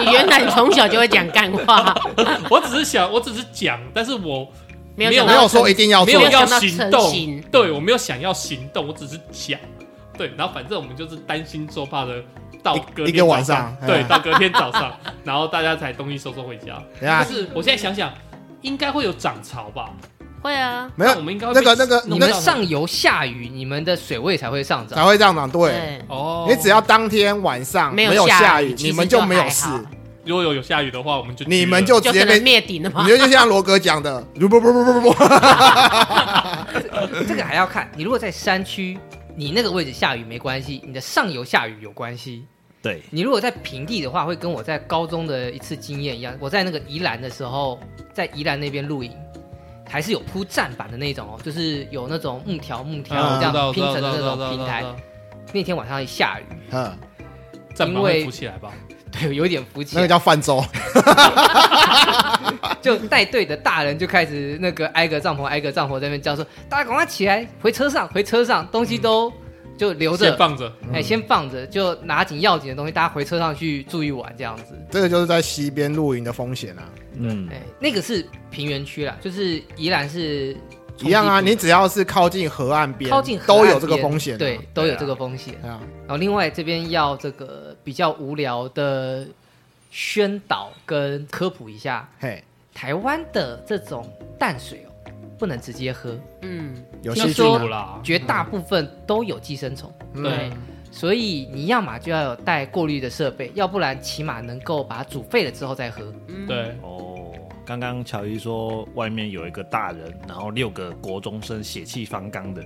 Speaker 3: 你原来从小就会讲干话，
Speaker 6: 我只是想，我只是讲，但是我
Speaker 3: 没有
Speaker 6: 没有
Speaker 3: 想
Speaker 2: 没
Speaker 3: 到
Speaker 2: 有说一定要
Speaker 6: 没
Speaker 2: 做
Speaker 6: 有，
Speaker 3: 没有
Speaker 6: 要
Speaker 3: 想到
Speaker 6: 行
Speaker 3: 成
Speaker 6: 动，
Speaker 3: 型
Speaker 6: 对我没有想要行动，我只是讲，对，然后反正我们就是担心受怕的，到隔
Speaker 2: 一
Speaker 6: 天
Speaker 2: 个晚
Speaker 6: 早
Speaker 2: 上哎
Speaker 6: 对，
Speaker 2: 呀
Speaker 6: 到隔天早上， 然后大家才东西收收回家。
Speaker 2: 等一下
Speaker 6: 但是我现在想想，应该会有涨潮吧？
Speaker 3: 会啊，
Speaker 2: 没有
Speaker 6: 那我们应该会
Speaker 2: 那个
Speaker 6: 被
Speaker 2: 那个
Speaker 5: 你
Speaker 2: 那
Speaker 5: 们上游下雨，你们的水位才会上涨。
Speaker 2: 才会这样讲，对。
Speaker 3: 对，
Speaker 6: 哦，
Speaker 2: 你只要当天晚上
Speaker 3: 没有
Speaker 2: 有
Speaker 3: 下
Speaker 2: 雨
Speaker 3: 雨，其
Speaker 2: 你
Speaker 3: 实
Speaker 2: 们
Speaker 3: 就
Speaker 2: 没有
Speaker 3: 还
Speaker 2: 事，
Speaker 3: 好
Speaker 6: 如果有有下雨的话，我们就
Speaker 2: 你
Speaker 6: 去
Speaker 2: 们
Speaker 6: 了
Speaker 2: 就直
Speaker 3: 就
Speaker 2: 接
Speaker 3: 只
Speaker 2: 被
Speaker 3: 能，啊灭顶了
Speaker 2: 你
Speaker 3: 嘛。
Speaker 2: 们就像罗哥讲的，不不不不不不，
Speaker 6: 啊
Speaker 5: 这个还要看，你如果在山区，你那个位置下雨没关系，你的上游下雨有关系。
Speaker 1: 对，
Speaker 5: 你如果在平地的话，会跟我在高中的一次经验一样，我在那个宜兰的时候，在宜兰那边露营，还是有铺站板的那种哦，就是有那种木条木条
Speaker 2: 啊
Speaker 5: 这
Speaker 6: 嗯知
Speaker 5: 样
Speaker 6: 道
Speaker 5: 拼成的
Speaker 6: 知
Speaker 5: 那种
Speaker 6: 道知道
Speaker 5: 平台
Speaker 6: 知道。知道
Speaker 5: 那天晚上一下雨，
Speaker 2: 嗯
Speaker 6: 站板
Speaker 5: 因
Speaker 6: 会
Speaker 5: 为
Speaker 6: 浮起来吧？
Speaker 5: 对，有点浮起
Speaker 2: 那个
Speaker 5: 来，
Speaker 2: 叫泛舟，
Speaker 5: 就带队的大人就开始那个挨个帐篷挨个帐篷在那边叫说，大家赶快起来， 回车上，回车上，东西
Speaker 2: 嗯
Speaker 5: 都就留着
Speaker 6: 先，放着，
Speaker 5: 哎，先放着，就拿紧要紧的东西，大家回车上去注意玩这样子。
Speaker 2: 这个就是在西边露营的风险啊，
Speaker 1: 嗯，
Speaker 5: 哎，那个是平原区啦，就是宜兰是
Speaker 2: 一样啊，
Speaker 5: 冲击
Speaker 2: 你只要是靠近河岸边，
Speaker 5: 靠近河
Speaker 2: 都
Speaker 5: 岸
Speaker 2: 有这个
Speaker 5: 边
Speaker 2: 风险啊，
Speaker 5: 对，都有这个风险。
Speaker 2: 对啊，
Speaker 5: 然后另外这边要这个比较无聊的宣导跟科普一下，
Speaker 2: 嘿，
Speaker 5: 台湾的这种淡水哦，不能直接喝，
Speaker 3: 嗯，
Speaker 2: 有
Speaker 6: 听
Speaker 2: 细菌
Speaker 6: 说
Speaker 2: 啊，
Speaker 6: 啦，
Speaker 5: 绝大部分都有寄生虫，
Speaker 2: 嗯
Speaker 6: 对，
Speaker 5: 所以你要嘛就要有带过滤的设备，要不然起码能够把它煮沸了之后再喝。
Speaker 3: 嗯
Speaker 6: 对，
Speaker 1: 哦，刚刚乔伊说外面有一个大人，然后六个国中生血气方刚的，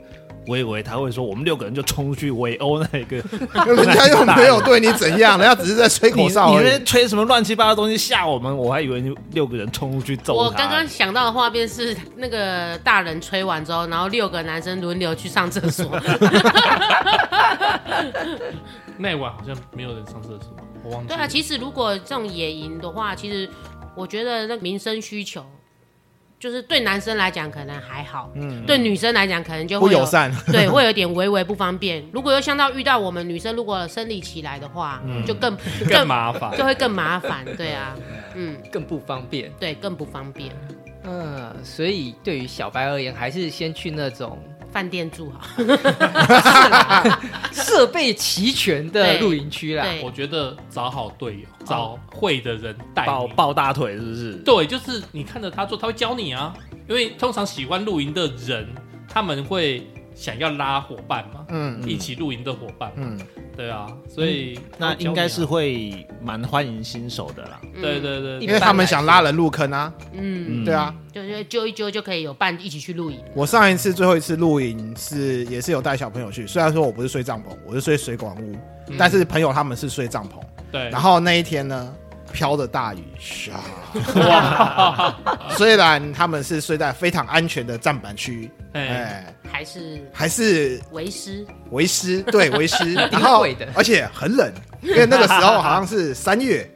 Speaker 1: 我以为他会说我们六个人就冲出去围殴那 一个，
Speaker 2: 人家又没有对你怎样，人家只是在吹
Speaker 1: 你
Speaker 2: 口
Speaker 1: 你
Speaker 2: 哨而
Speaker 1: 在
Speaker 2: 已。
Speaker 1: 吹什么乱七八糟东西吓我们，我还以为你六个人冲出去揍他。
Speaker 3: 我刚刚想到的画面是那个大人吹完之后，然后六个男生轮流去上厕所，
Speaker 6: 那晚好像没有人上厕所，我忘记
Speaker 3: 对
Speaker 6: 了。
Speaker 3: 啊，其实如果这种野营的话，其实我觉得那民生需求，就是对男生来讲可能还好，嗯，对女生来讲可能就
Speaker 2: 不
Speaker 3: 会有
Speaker 2: 友善，
Speaker 3: 对，会有点微微不方便。如果又相到遇到我们女生，如果生理期来的话，就更
Speaker 6: 更麻烦。
Speaker 3: 就会更麻烦，对啊，嗯，
Speaker 5: 更不方便。
Speaker 3: 对，更不方便。
Speaker 5: 嗯，所以对于小白而言，还是先去那种
Speaker 3: 饭店住好，
Speaker 5: 设备齐全的
Speaker 3: 对
Speaker 5: 露营区啦。
Speaker 6: 我
Speaker 3: 对，
Speaker 6: 觉得找好队友，找会的人带
Speaker 1: 抱
Speaker 6: 你。
Speaker 1: 抱大腿是不是？
Speaker 6: 对，就是你看着他做，他会教你啊。因为通常喜欢露营的人，他们会想要拉伙伴嘛，
Speaker 2: 嗯
Speaker 6: 一起露营的伙伴，
Speaker 2: 嗯，
Speaker 6: 对啊，所以、
Speaker 5: 嗯
Speaker 1: 那应该是，会蛮欢迎新手的啦。
Speaker 3: 嗯
Speaker 6: 对，对对
Speaker 5: 一
Speaker 2: 因为他们想拉人入坑啊，
Speaker 3: 嗯，
Speaker 1: 嗯
Speaker 2: 对啊。
Speaker 3: 就是揪一揪就可以有伴一起去露营，
Speaker 2: 我上一次最后一次露营是也是有带小朋友去，虽然说我不是睡帐篷，我是睡水管屋，但是朋友他们是睡帐篷。
Speaker 6: 对，
Speaker 2: 然后那一天呢，飘着大雨，哇！ 虽然他们是睡在非常安全的站板区，
Speaker 6: 哎
Speaker 2: 哎，
Speaker 3: 还是
Speaker 2: 还是
Speaker 3: 为师，
Speaker 2: 为师，对为师，然
Speaker 5: 定
Speaker 2: 后
Speaker 5: 会的
Speaker 2: 而且很冷，因为那个时候好像是三月，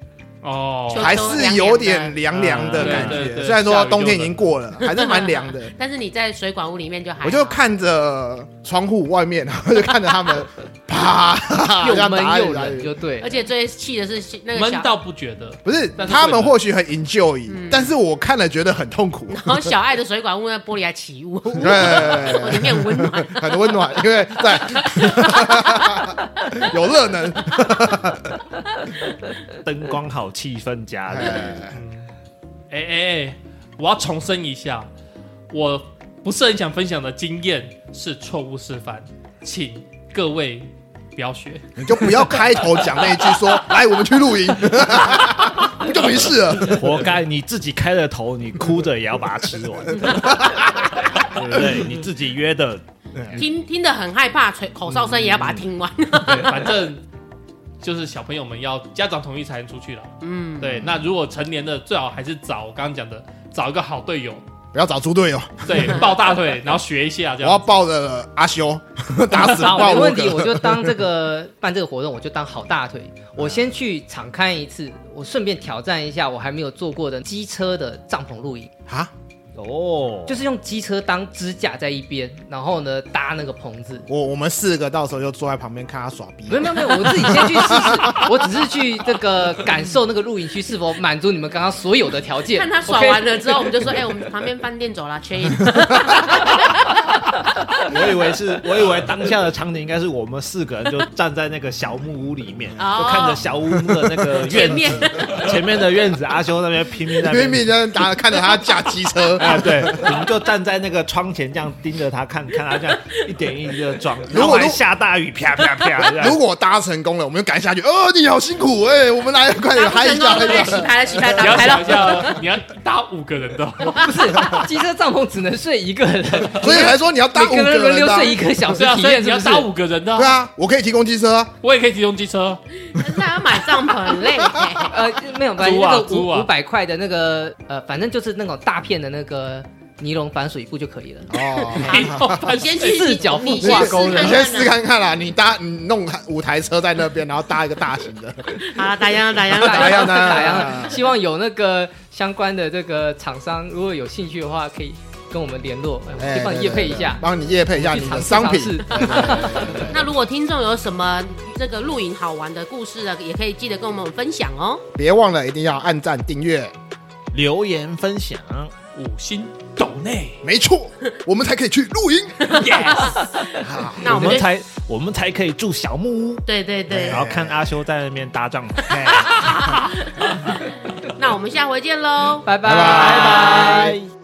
Speaker 6: 哦，
Speaker 3: 就
Speaker 2: 还是有点凉凉的
Speaker 1: 嗯
Speaker 2: 感
Speaker 6: 对对
Speaker 2: 觉。
Speaker 6: 对
Speaker 2: 虽然
Speaker 6: 下
Speaker 2: 说
Speaker 6: 雨就
Speaker 2: 冬天已经过了，还是蛮凉的。
Speaker 3: 但是你在水管屋里面就还好
Speaker 2: 我就，看着窗户外面，然后就看着他们啪，
Speaker 5: 又
Speaker 2: 这样
Speaker 5: 闷
Speaker 2: 打
Speaker 5: 又
Speaker 2: 雨打
Speaker 5: 冷，
Speaker 2: 雨
Speaker 5: 就对
Speaker 3: 而。且最气的是那个
Speaker 6: 闷
Speaker 3: 小，
Speaker 6: 到不觉得，
Speaker 2: 不是
Speaker 6: 但是
Speaker 2: 他
Speaker 6: 会
Speaker 2: 们
Speaker 6: 冷
Speaker 2: 或许很 enjoy，、但是我看了觉得很痛苦。
Speaker 3: 然后小爱的水管屋那玻璃还起雾，
Speaker 2: 对对对
Speaker 3: 我里面很温暖，
Speaker 2: 很温暖，因为在有热能。
Speaker 1: 灯光好，气氛佳的。
Speaker 2: 哎
Speaker 6: 哎哎哎，我要重申一下，我不是很想分享的经验是错误示范，请各位不要学。
Speaker 2: 你就不要开头讲那一句说“来，我们去露营”， 不就没事了？
Speaker 1: 活该你自己开了头，你哭着也要把它吃 完，对不对？你自己约的，
Speaker 3: 听听得很害怕，吹口哨声也要把它听完。
Speaker 6: 对，反正就是小朋友们要家长同意才能出去了。嗯，对。那如果成年的，最好还是找我刚刚讲的，找一个好队友，
Speaker 2: 不要找猪队友，
Speaker 6: 对，抱大腿，然后学一下这
Speaker 2: 我要
Speaker 6: 样。
Speaker 2: 抱着阿修 打死
Speaker 5: 好，
Speaker 2: 抱
Speaker 5: 没
Speaker 2: 五
Speaker 5: 问题，我
Speaker 2: 个。
Speaker 5: 就当这个办这个活动，我就当好大腿。我先去场看一次，我顺便挑战一下我还没有做过的机车的帐篷露营，
Speaker 2: 啊！
Speaker 1: 哦，
Speaker 5: 就是用机车当支架在一边，然后呢搭那个棚子。
Speaker 2: 我我们四个到时候就坐在旁边看他耍逼
Speaker 5: 没。有没有没有，我自己先去试试，我只是去这个感受那个露营区是否满足你们刚刚所有的条件。
Speaker 3: 看他耍
Speaker 5: OK？
Speaker 3: 完了之后，我们就说：“哎、我们旁边饭店走了缺一。
Speaker 1: 我以为是，我以为当下的场景应该是我们四个人就站在那个小木屋里面，
Speaker 3: 哦
Speaker 1: 就看着小屋的那个
Speaker 3: 前
Speaker 1: 院
Speaker 3: 面
Speaker 1: 子，前面的院子，阿修那边拼命在那边
Speaker 2: 明明在打看着他架机 车，
Speaker 5: 哎
Speaker 1: 啊，对，我们就站在那个窗前这样盯着他看，看他这样一点一滴的装，
Speaker 2: 如
Speaker 1: 然
Speaker 2: 果
Speaker 1: 后还
Speaker 2: 如
Speaker 1: 下大雨，啪啪
Speaker 5: 哎
Speaker 1: 啪这样，
Speaker 2: 如果搭成功了，我们就赶下去。哦，你好辛苦哎、我们来快点
Speaker 3: 打不
Speaker 2: 嗨一
Speaker 3: 成
Speaker 2: 下，
Speaker 3: 功
Speaker 2: 嗨
Speaker 3: 了，
Speaker 2: 一
Speaker 3: 对，
Speaker 2: 下。
Speaker 3: 洗牌了，洗牌了，打牌了。
Speaker 6: 你要想一下哦，你要搭五个人的哦，
Speaker 5: 不是机车帐篷只能睡一个人，
Speaker 2: 所以才说你要搭
Speaker 5: 每
Speaker 2: 五
Speaker 5: 个
Speaker 2: 个
Speaker 5: 人轮
Speaker 2: 人
Speaker 5: 流
Speaker 2: 的啊、
Speaker 5: 睡一个小时
Speaker 6: 对啊，
Speaker 5: 体
Speaker 6: 所以
Speaker 5: 验
Speaker 6: 你
Speaker 5: 是
Speaker 6: 要
Speaker 5: 不是？
Speaker 6: 搭五个人的
Speaker 2: 对
Speaker 6: 哦。
Speaker 2: 啊，我可以提供机车啊。
Speaker 6: 我也可以提供机车，
Speaker 3: 但是还要买帐篷很累、欸，
Speaker 5: 呃，没 有，反正
Speaker 6: 租啊
Speaker 5: 那个
Speaker 6: 租
Speaker 5: 五
Speaker 6: 啊
Speaker 5: 五百块的那个呃，反正就是那种大片的那个尼龙防水布就可以了。
Speaker 6: 没有
Speaker 2: 哦，
Speaker 6: 办
Speaker 3: 你先
Speaker 6: 法
Speaker 3: 去，
Speaker 5: 四角
Speaker 3: 你你
Speaker 5: 复挂
Speaker 3: 先试
Speaker 5: 钩
Speaker 3: 看
Speaker 5: 的
Speaker 2: 你
Speaker 3: 看、
Speaker 2: 先试。看看啦，你搭你弄五台车在那边，然后搭一个大型的，
Speaker 3: 好了，打烊了，打烊了，
Speaker 2: 打烊
Speaker 5: 烊
Speaker 2: 了
Speaker 5: 打烊了！希望有那个相关的这个厂商，如果有兴趣的话，可以跟我们联络，哎我们可以 帮你业配一下
Speaker 2: 哎对对对对，帮你夜配一下
Speaker 5: 去
Speaker 2: 你的
Speaker 5: 尝试
Speaker 2: 商
Speaker 5: 尝
Speaker 2: 品。
Speaker 5: 试。
Speaker 3: 那如果听众有什么这个露营好玩的故事呢，也可以记得跟我们分享哦。
Speaker 2: 别忘了一定要按赞订阅，
Speaker 1: 留言分享，
Speaker 6: 五星抖内
Speaker 2: 没错，我们才可以去露营。
Speaker 6: ，yes，
Speaker 1: 我
Speaker 3: 那我们
Speaker 1: 们
Speaker 3: 就
Speaker 1: 才我们才可以住小木屋，
Speaker 3: 对对对
Speaker 1: 然，后看阿修在那边搭帐 篷。
Speaker 3: 那我们下回见喽。
Speaker 5: 拜拜
Speaker 2: 拜拜
Speaker 5: 拜拜。